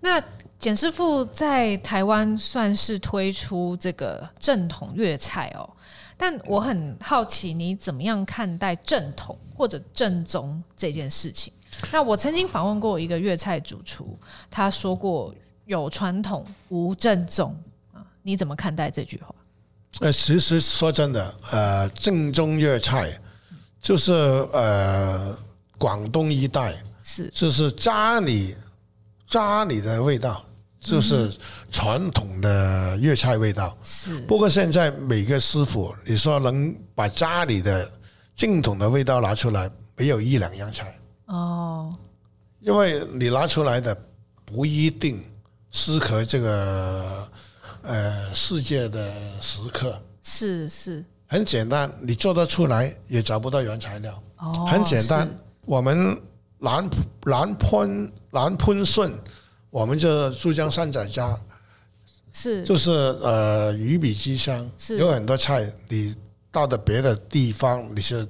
那简师傅在台湾算是推出这个正统粤菜哦，但我很好奇你怎么样看待正统或者正宗这件事情？那我曾经访问过一个粤菜主厨，他说过有传统无正宗啊，你怎么看待这句话？
呃，其实说真的，呃，正宗粤菜就是呃广东一带，
是
就是家里家里的味道，就是传统的粤菜味道。
是
不过现在每个师傅，你说能把家里的正统的味道拿出来，没有一两样菜，
哦，
因为你拿出来的不一定适合这个呃世界的食客。
是是
很简单，你做得出来也找不到原材料，
哦，
很简单
是。
我们南南潘南潘顺，我们这珠江三仔家
是
就是呃鱼米之乡，
是
有很多菜你到的别的地方你是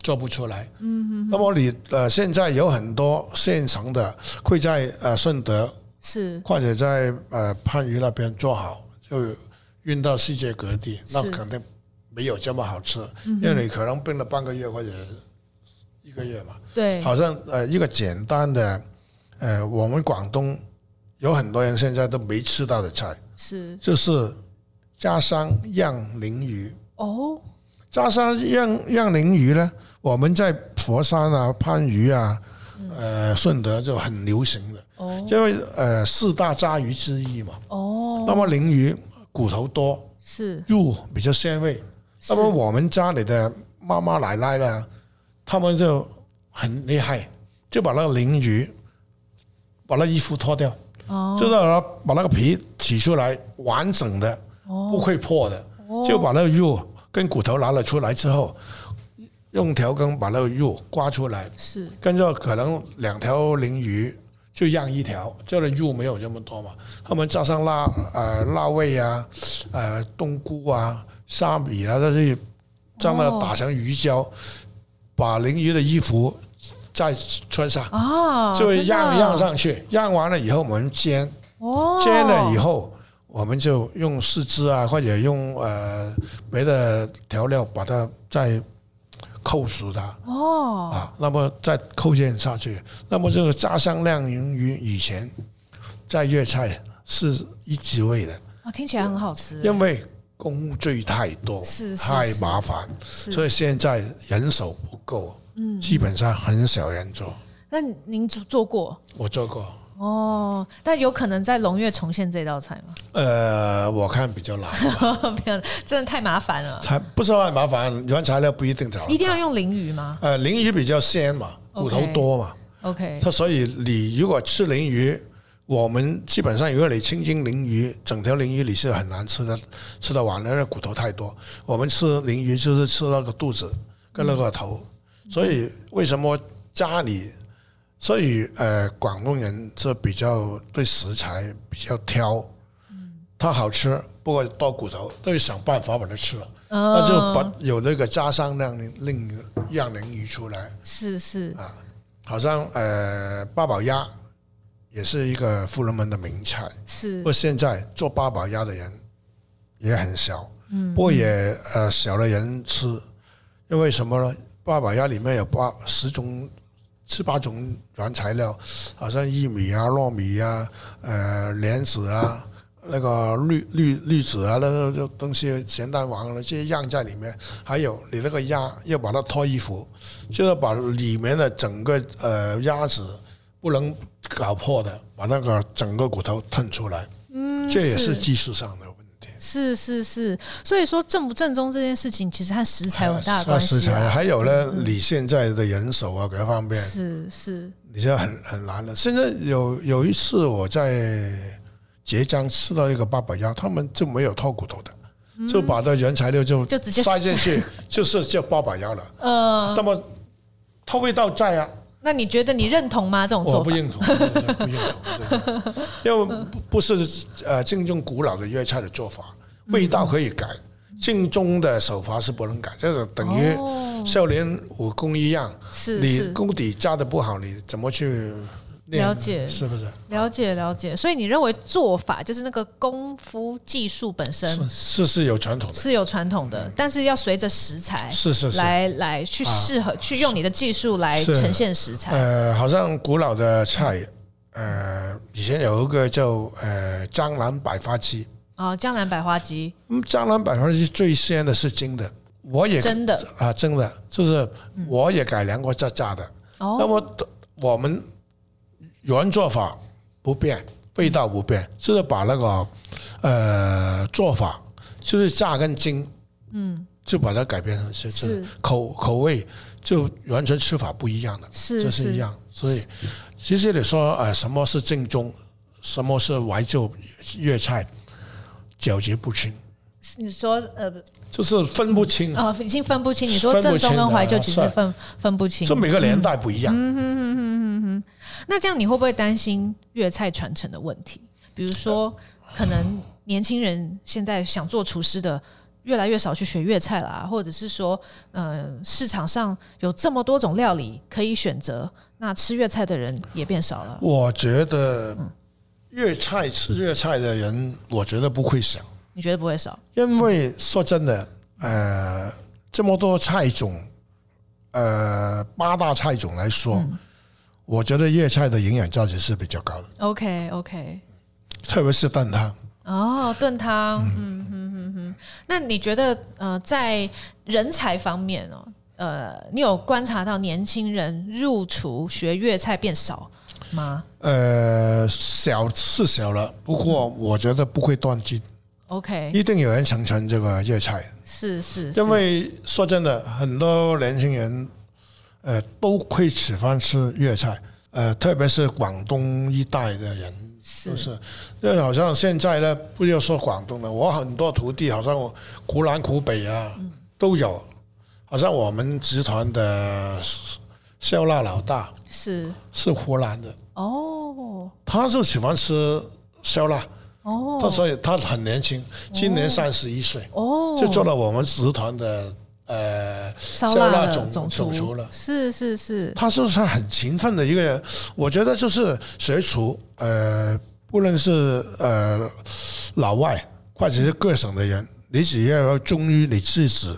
做不出来。嗯那么你呃现在有很多现成的会在呃顺德
是
或者在呃番禺那边做好，就运到世界各地，那
是嗯
肯定没有这么好吃，因为你可能冰了半个月或者一个月嘛。
对
好像呃一个简单的呃，我们广东有很多人现在都没吃到的菜，
是
就是家乡酿鲮鱼。
哦
家乡酿酿鲮鱼呢，我们在佛山啊、番禺啊、呃顺德就很流行的，
哦
因为呃四大家鱼之一嘛。
哦
那么鲮鱼骨头多，
是
肉比较鲜味。那么我们家里的妈妈奶奶呢，他们就很厉害，就把那个鲮鱼，把那衣服脱掉，
哦
就让它把那个皮取出来，完整的，
哦
不会破的，就把那个肉跟骨头拿了出来之后，用调羹把那个肉刮出来，
是
跟着可能两条鲮鱼就让一条，这里肉没有这么多嘛，他们加上辣呃辣味啊，呃冬菇啊、沙米啊，这些将它
哦
打成鱼胶，把鲮鱼的衣服再穿上，
啊，
就
真的
让让上去，让完了以后我们煎，
哦，
煎了以后。我们就用四肢啊，或者用呃别的调料把它再扣除它
哦，
啊，那么再扣减下去，那么这个家乡酿云于以前在粤菜是一级位的，
哦，听起来很好吃。
因为工序太多，
是是
太
是
麻烦，
是
所以现在人手不够，嗯，基本上很少人做。
那您做做过
我做过，
哦？但有可能在龙月重现这道菜吗？
呃，我看比较难，
没有，真的太麻烦了。
才不是很麻烦，原材料不一定找得
一定
到
要用鲮鱼吗
呃，鲮鱼比较鲜嘛，骨头
OK
多嘛，
？OK，
它所以你如果吃鲮鱼，我们基本上如果你清蒸鲮鱼，整条鲮鱼你是很难吃的，吃得完的，因为骨头太多。我们吃鲮鱼就是吃那个肚子跟那个头，所以为什么家里，所以呃，广东人是比较对食材比较挑，它好吃，不过多骨头都要想办法把它吃了。
嗯
那就把有那个加上让令让鲮鱼出来，
是是
好像呃八宝鸭也是一个富人门的名菜，
是
不过现在做八宝鸭的人也很少，嗯，不过也呃少了人吃，因为什么呢？八宝鸭里面有八十种。七八种原材料，好像薏米啊、糯米啊、呃莲子啊、那个绿绿绿子啊，那个那个东西咸蛋黄啊这些样在里面。还有你那个鸭要把它脱衣服，就是把里面的整个呃鸭子不能搞破的，把那个整个骨头腾出来。嗯，这也是
是
技术上的问题。
是是是，所以说正不正宗这件事情，其实和食材有很大的
啊
关
食
系
材，
啊。
还有呢，你现在的人手啊，各方面，
是是，
你现在很很难了。现在有有一次我在浙江吃到一个八宝鸭，他们就没有脱骨头的，就把那原材料就
嗯就直接
塞进去，就是叫八宝鸭了。
呃，
那么它味道在啊，
那你觉得你认同吗？这种
我
哦做
不
法？
认同， 不认同， 这是因为不不是呃正宗古老的粤菜的做法，
嗯
味道可以改，正宗的手法是不能改，这是等于
哦
少林武功一样，
是
你
是
功底加的不好，你怎么去练
了解
是不是？
了解了解，所以你认为做法就是那个功夫技术本身
是是是有传统的，
是有传统的，但是要随着食材
是是是。
来来去适合，去用你的技术来
是
呈现食材。
呃，好像古老的菜，呃，以前有一个叫呃江南百花鸡，
哦，江南百花鸡
嗯，江南百花鸡最鲜的是蒸的，我也
真的
啊，真的就是我也改良过这炸的。那
哦，
么我们原做法不变，味道不变，就是把那个呃做法就是炸跟蒸，嗯，就把它改变成是
是
是口口味就完全吃法不一样的，
是
这是一样。所以其实你说呃什么是正宗，什么是怀旧粤菜，纠结不清。
你说呃
就是分不清啊，
哦，已经分不清，你说
分不
正宗
清
跟
的
怀旧其实
是
分分不清
这。每个年代不一
嗯
样。
那这样你会不会担心粤菜传承的问题？比如说，可能年轻人现在想做厨师的越来越少去学粤菜啦，或者是说，呃，市场上有这么多种料理可以选择，那吃粤菜的人也变少了。
我觉得粤菜吃粤菜的人，我觉得不会少，
你觉得不会少？
因为说真的，呃，这么多菜种，呃，八大菜种来说，我觉得粤菜的营养价值是比较高的，
OK OK，
特别是蛋汤。
哦，炖汤，嗯哼哼哼。那你觉得呃，在人才方面哦，呃，你有观察到年轻人入厨学粤菜变少吗
呃，小是小了，不过我觉得不会断尽，
？OK，
一定有人承传这个粤菜。
是是，是
因为说真的，很多年轻人，呃，都会喜欢吃粤菜，呃，特别是广东一带的人，
是
就是，因为好像现在呢，不要说广东了，我很多徒弟好像我湖南、湖北啊
嗯
都有，好像我们集团的笑辣老大
是
是湖南的，
哦
他就喜欢吃笑辣，他
哦
所以他很年轻，今年三十一岁，
哦，
就做了我们集团的。呃，
烧
烧
腊
腊
的
总
总
总厨了
是是是
他是不是很勤奋的一个人？我觉得就是学厨，呃，不论是呃老外或者是各省的人，你只要忠于你自己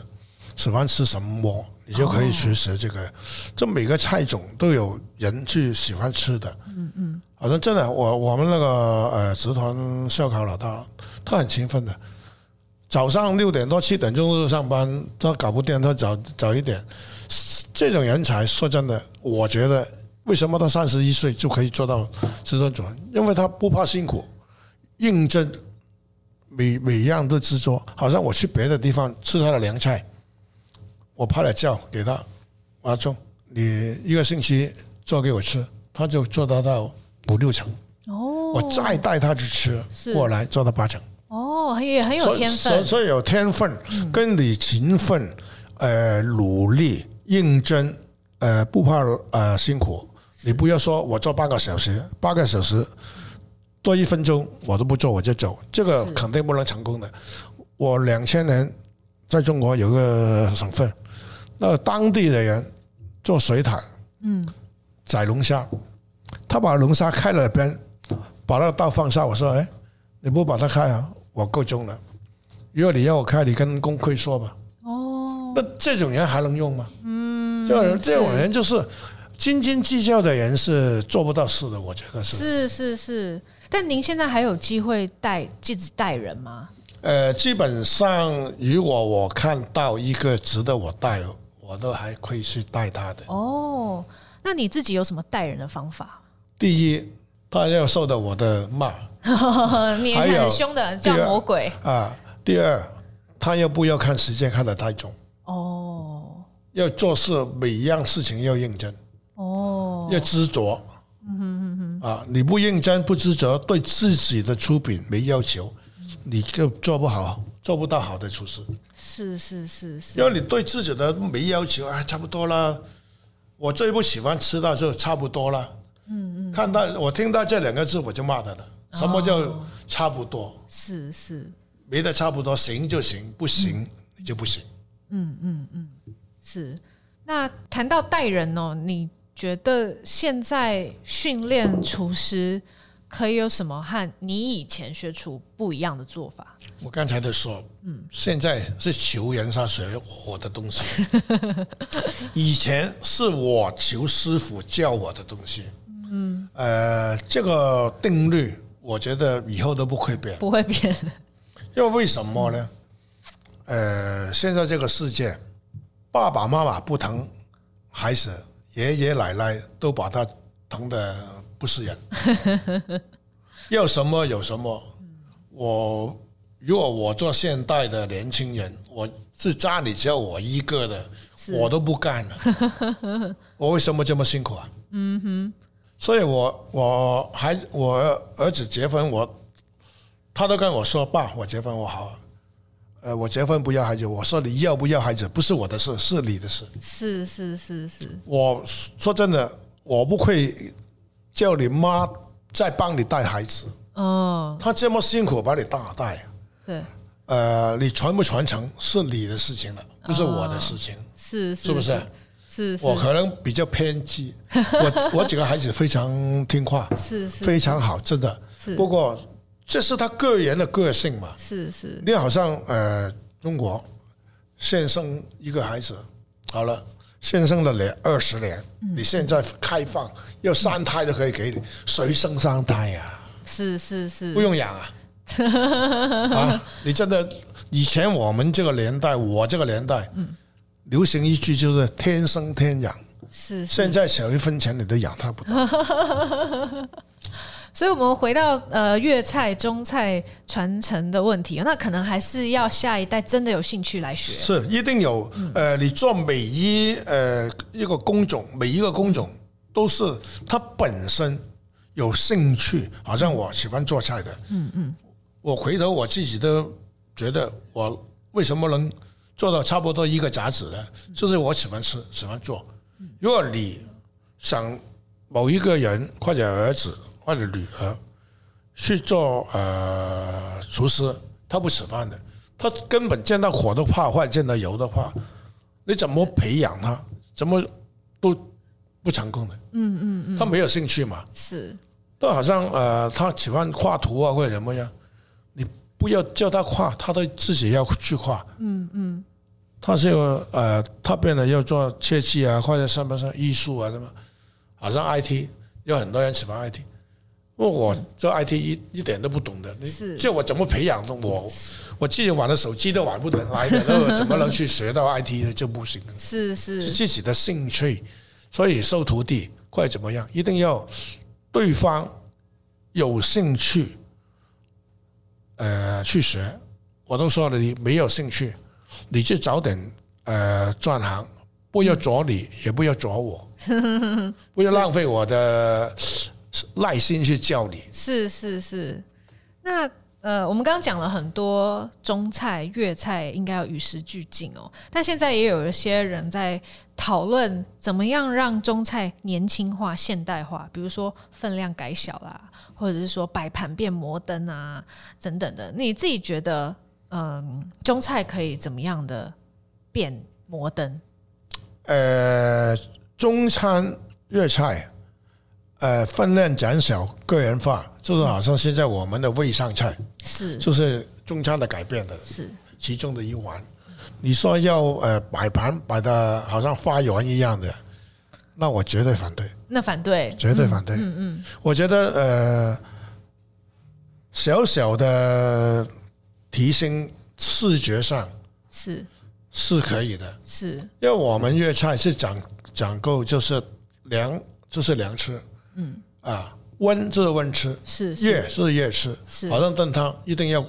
喜欢吃什么，你就可以去学这个。这每个菜种都有人去喜欢吃的。嗯嗯。好像真的，我我们那个呃食堂烧烤老大，他很勤奋的。早上六点多七点钟就上班，他搞不定，他早早一点。这种人才，说真的，我觉得为什么他三十一岁就可以做到制作主任？因为他不怕辛苦，认真，每每样都制作。好像我去别的地方吃他的凉菜，我拍了照给他，阿忠，你一个星期做给我吃，他就做得到五六成。
哦，
我再带他去吃，
是
过来做到八成。
哦，很也很有
所以
天
所以
分，嗯
所以有天分，跟你勤奋、呃努力、认真，呃不怕呃辛苦。你不要说我做八个小时，八个小时多一分钟我都不做我就走，这个
是
肯定不能成功的。我两千年在中国有个省份，那当地的人做水产，
嗯，
宰龙虾，他把龙虾开了边，把那个刀放下。我说：“哎，你不把它开啊？我够钟了。如果你要我开，你跟工会说吧。”
哦，
那这种人还能用吗？嗯，这种人，
是
这种人就是斤斤计较的人是做不到事的，我觉得是。
是是是。但您现在还有机会带自己带人吗？
呃，基本上如果我看到一个值得我带，我都还会去带他的。
哦，那你自己有什么带人的方法？
第一，他要受到我的骂。
你也
还
是
有
很凶的，叫
第二
魔鬼
啊。第二，他要不要看时间看得太重，
哦
要做事每一样事情要认真，
哦，
要执着。嗯哼哼啊，你不认真不执着，对自己的出品没要求，你就做不好，做不到好的厨师。
是是是是
因为你对自己的没要求，哎，差不多啦。我最不喜欢吃到就差不多啦。嗯嗯。看到我听到这两个字我就骂他了。什么叫差不多？
是是
没得差不多，行就行，不行你就不行。
是。那谈到带人哦，你觉得现在训练厨师可以有什么和你以前学厨不一样的做法？
我刚才都说，嗯，现在是求人家学我的东西，以前是我求师傅教我的东西，嗯，呃，这个定律我觉得以后都不会变，
不会变，
因为为什么呢？呃，现在这个世界，爸爸妈妈不疼孩子，爷爷奶奶都把他疼的不是人， 要什么有什么。我如果我做现代的年轻人，我是家里只有我一个的，
是
我都不干了。 我为什么这么辛苦啊？嗯哼。所以我我还我儿子结婚，我他都跟我说：“爸，我结婚我好，呃，我结婚不要孩子。”我说：“你要不要孩子不是我的事，是你的事。
是是是是，”
我说真的，我不会叫你妈再帮你带孩子，
嗯，
她这么辛苦把你大带，
对，
呃，你传不传承是你的事情了，不是我的事情，
是
是不是？
哦是
我
是
可能比较偏激，我我几个孩子非常听话，
是是
非常好，真的。
是
不过这是他个人的个性嘛，
是是
你好像呃，中国现生一个孩子，好了，现生了年二十年，你现在开放要三胎都可以给你，谁生三胎呀、
是是是，
不用养啊！啊，你真的，以前我们这个年代，我这个年代，流行一句就是“天生天养
是”，是
现在小一分钱你都养他不到。
所以，我们回到呃粤菜、中菜传承的问题，那可能还是要下一代真的有兴趣来学。
是一定有。呃，你做每一呃一个工种，每一个工种都是它本身有兴趣。好像我喜欢做菜的，嗯嗯，我回头我自己都觉得我为什么能做到差不多一个杂子呢？就是我喜欢吃，喜欢做。如果你想某一个人或者儿子或者女儿去做呃厨师，他不吃饭的，他根本见到火都怕，或者见到油都怕，你怎么培养他？怎么都不成功的？嗯嗯嗯，他没有兴趣嘛？
是
都好像呃，他喜欢画图啊或者什么呀，你不要叫他画，他都自己要去画。嗯嗯，他是有呃，他变得要做设计啊，或者上班上艺术啊什么，好像 IT 有很多人喜欢 IT。因为我做 IT 一一点都不懂的，
是
你叫我怎么培养的？我我自己玩的手机都玩不来的，那我怎么能去学到 IT 呢？就不行了。
是
是
是
自己的兴趣，所以收徒弟或者怎么样，一定要对方有兴趣，呃，去学。我都说了，你没有兴趣，你就早点呃转行，不要阻你，也不要阻我，不要浪费我的耐心去教你。
是是是。那呃，我们刚刚讲了很多中菜、粤菜应该要与时俱进哦，但现在也有一些人在讨论怎么样让中菜年轻化、现代化，比如说分量改小啦，或者是说摆盘变摩登啊等等的。你自己觉得，嗯，中菜可以怎么样的变摩登？
呃，中餐、粤菜，呃，分量减少，个人化，就是好像现在我们的味上菜，
是
就是中餐的改变的
是
其中的一环。你说要呃摆盘摆的好像花园一样的，那我绝对反对，
那反对，
绝对反对。
嗯嗯，
我觉得呃，小小的提升视觉上
是
是可以的，
是
因为我们粤菜是讲讲究就是凉就是凉吃，
嗯
啊，温就是温吃，
是是
热是热吃，
是
好像炖汤一定要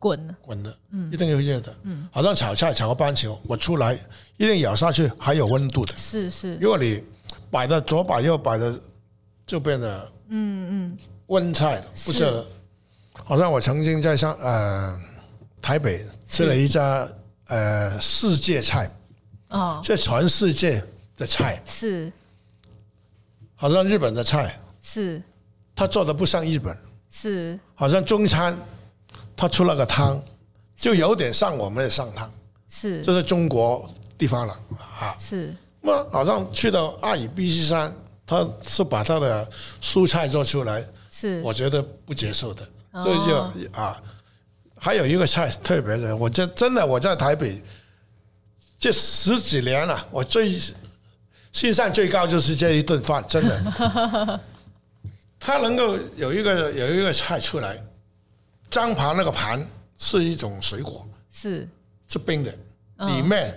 滚
滚的，
嗯
一定要热的，好像炒菜炒个半球，我出来一定咬下去还有温度的，
是是
如果你摆的左摆右摆的，就变得
嗯嗯
温菜了，不是
是？
好像我曾经在上呃台北吃了一家呃世界菜，
哦
这全世界的菜。
是
好像日本的菜，
是
它做的不像日本，
是
好像中餐，它出了个汤，就有点像我们的上汤，
是
这是中国地方了啊。
是
那好像去到阿尔卑斯山，它是把它的蔬菜做出来，
是
我觉得不接受的，
嗯哦
所以就啊，还有一个菜特别的，我真真的我在台北这十几年了、我最欣赏最高就是这一顿饭，真的，它能够有一个有一个菜出来，张盘那个盘是一种水果，
是
是冰的，里面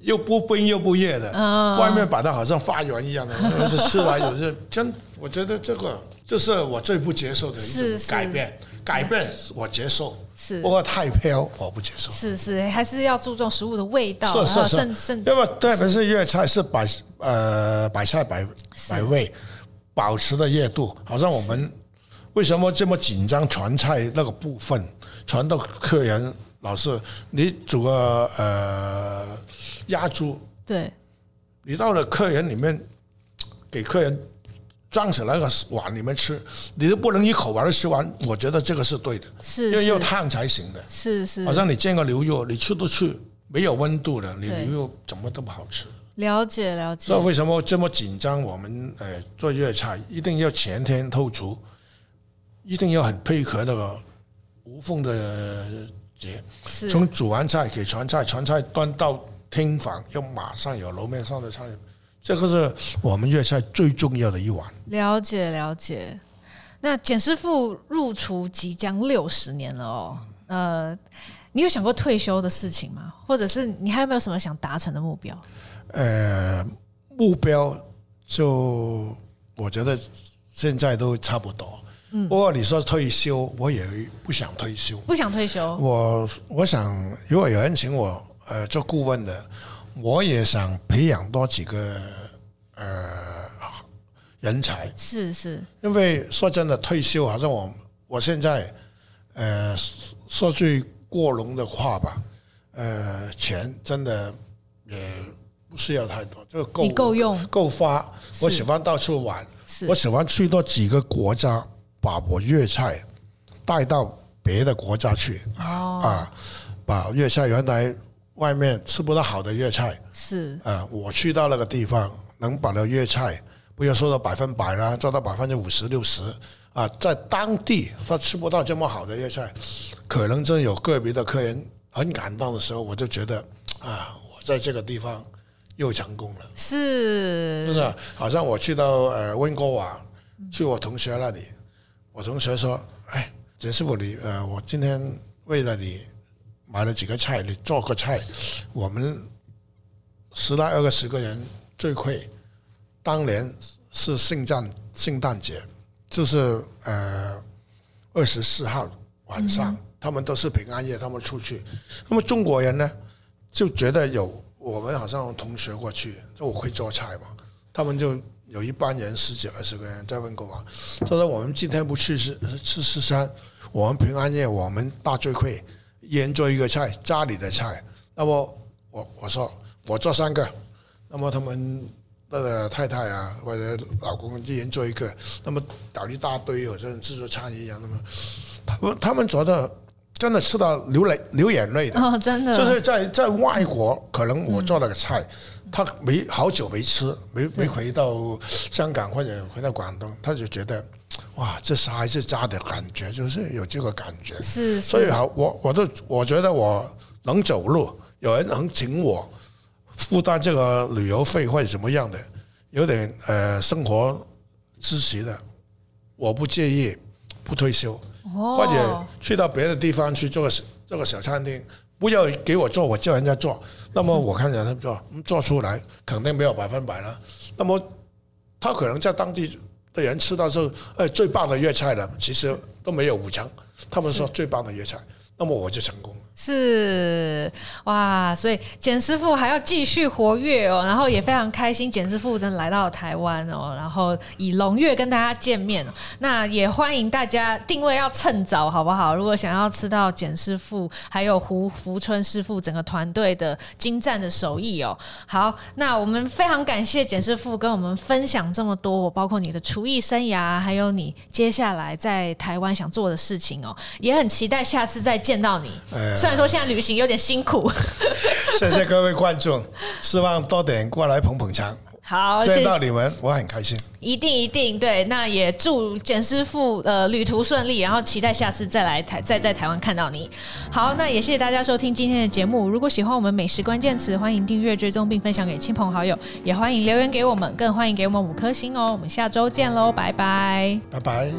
又不冰又不热的，
嗯
外面摆的好像花园一样的，我是吃完有些真，我觉得这个就是我最不接受的一
是
种
是
改变，改变我接受，
是
不过太飘我不接受。
是是，还是要注重食物的味道，
是
然
是
后
是
甚，甚
因为特别是粤菜是摆呃摆菜摆摆位，保持的热度，好像我们为什么这么紧张传菜那个部分，传到客人老是你煮个呃鸭猪，
对
你到了客人里面给客人装起来个碗里面吃，你都不能一口把它吃完，我觉得这个是对的，
是
因为要
是
烫才行的。
是是
好像你煎个牛肉，你吃都吃没有温度的，你
对
牛肉怎么都不好吃。
了解了解
所以为什么这么紧张？我们呃做粤菜一定要全天透厨，一定要很配合那个无缝的节，
是
从煮完菜给传菜，传菜端到厅房，要马上有楼面上的菜，这个是我们粤菜最重要的一环。
了解了解。那简师傅入厨即将六十年了哦，呃，你有想过退休的事情吗？或者是你还有没有什么想达成的目标？
呃，目标就我觉得现在都差不多。不过你说退休，我也不想退休。
不想退休，
我我想，如果有人请我呃做顾问的，我也想培养多几个呃人才。
是是
因为说真的，退休好像我我现在呃说句过笼的话吧，呃，钱真的也不需要太多，就够
你够用
够花。
是
我喜欢到处玩，
是
我喜欢去多几个国家，把我粤菜带到别的国家去
哦，
啊，把粤菜原来外面吃不到好的粤菜，
是
啊，我去到那个地方，能把那粤菜，不要说到百分百啦，做到百分之五十六十啊，在当地他吃不到这么好的粤菜，可能真有个别的客人很感动的时候，我就觉得嘖啊，我在这个地方又成功了，
是
是不是啊？好像我去到呃温哥华，去我同学那里，我同学说：“哎，简师傅你呃，我今天为了你买了几个菜，你做个菜，我们十来二个十个人聚会，当年是圣诞圣诞节，就是呃二十四号晚上，他们都是平安夜，他们出去。那么中国人呢，就觉得有我们好像有同学过去，就我会做菜嘛，他们就有一班人十几二十个人在问过我，他说我们今天不去吃吃吃山，我们平安夜我们大聚会，一人做一个菜，家里的菜。那么我我说我做三个，那么他们那个太太啊或者老公一人做一个，那么搞一大堆，好像自助餐一样。那么他们他们觉得真的吃到流泪流眼泪的，
哦，真的
就是在在外国，可能我做了个菜，
嗯
他没好久没吃，没没回到香港或者回到广东，他就觉得哇，这是还是家的感觉，就是有这个感觉。
是
所以
是
好，我我都我觉得我能走路，有人能请我负担这个旅游费或者怎么样的，有点呃生活支持的，我不介意，不退休。
哦，
或者去到别的地方去做个小做个小餐厅，不要给我做，我叫人家做。那么我看人家做，嗯做出来肯定没有百分百了。那么他可能在当地的人吃到是哎最棒的粤菜了，其实都没有五成。他们说最棒的粤菜，那么我就成功了。
是哇，所以简师傅还要继续活跃哦，然后也非常开心，简师傅真的来到台湾哦，然后以龙月跟大家见面哦、那也欢迎大家定位要趁早，好不好？如果想要吃到简师傅还有胡福春师傅整个呃团队的精湛的手艺哦。好，那我们非常感谢简师傅跟我们分享这么多，包括你的厨艺生涯，还有你接下来在台湾想做的事情哦，也很期待下次再见到你。
哎
虽然说现在旅行有点辛苦，
谢谢各位观众，希望多点过来捧捧场。
好，谢
见
谢
到你们，我很开心。
一定一定对，那也祝简师傅呃旅途顺利，然后期待下次再来台再在台湾看到你。好，那也谢谢大家收听今天的节目。如果喜欢我们美食关键词，欢迎订阅、追踪并分享给亲朋好友，也欢迎留言给我们，更欢迎给我们五颗星哦。我们下周见喽，拜拜。
拜拜。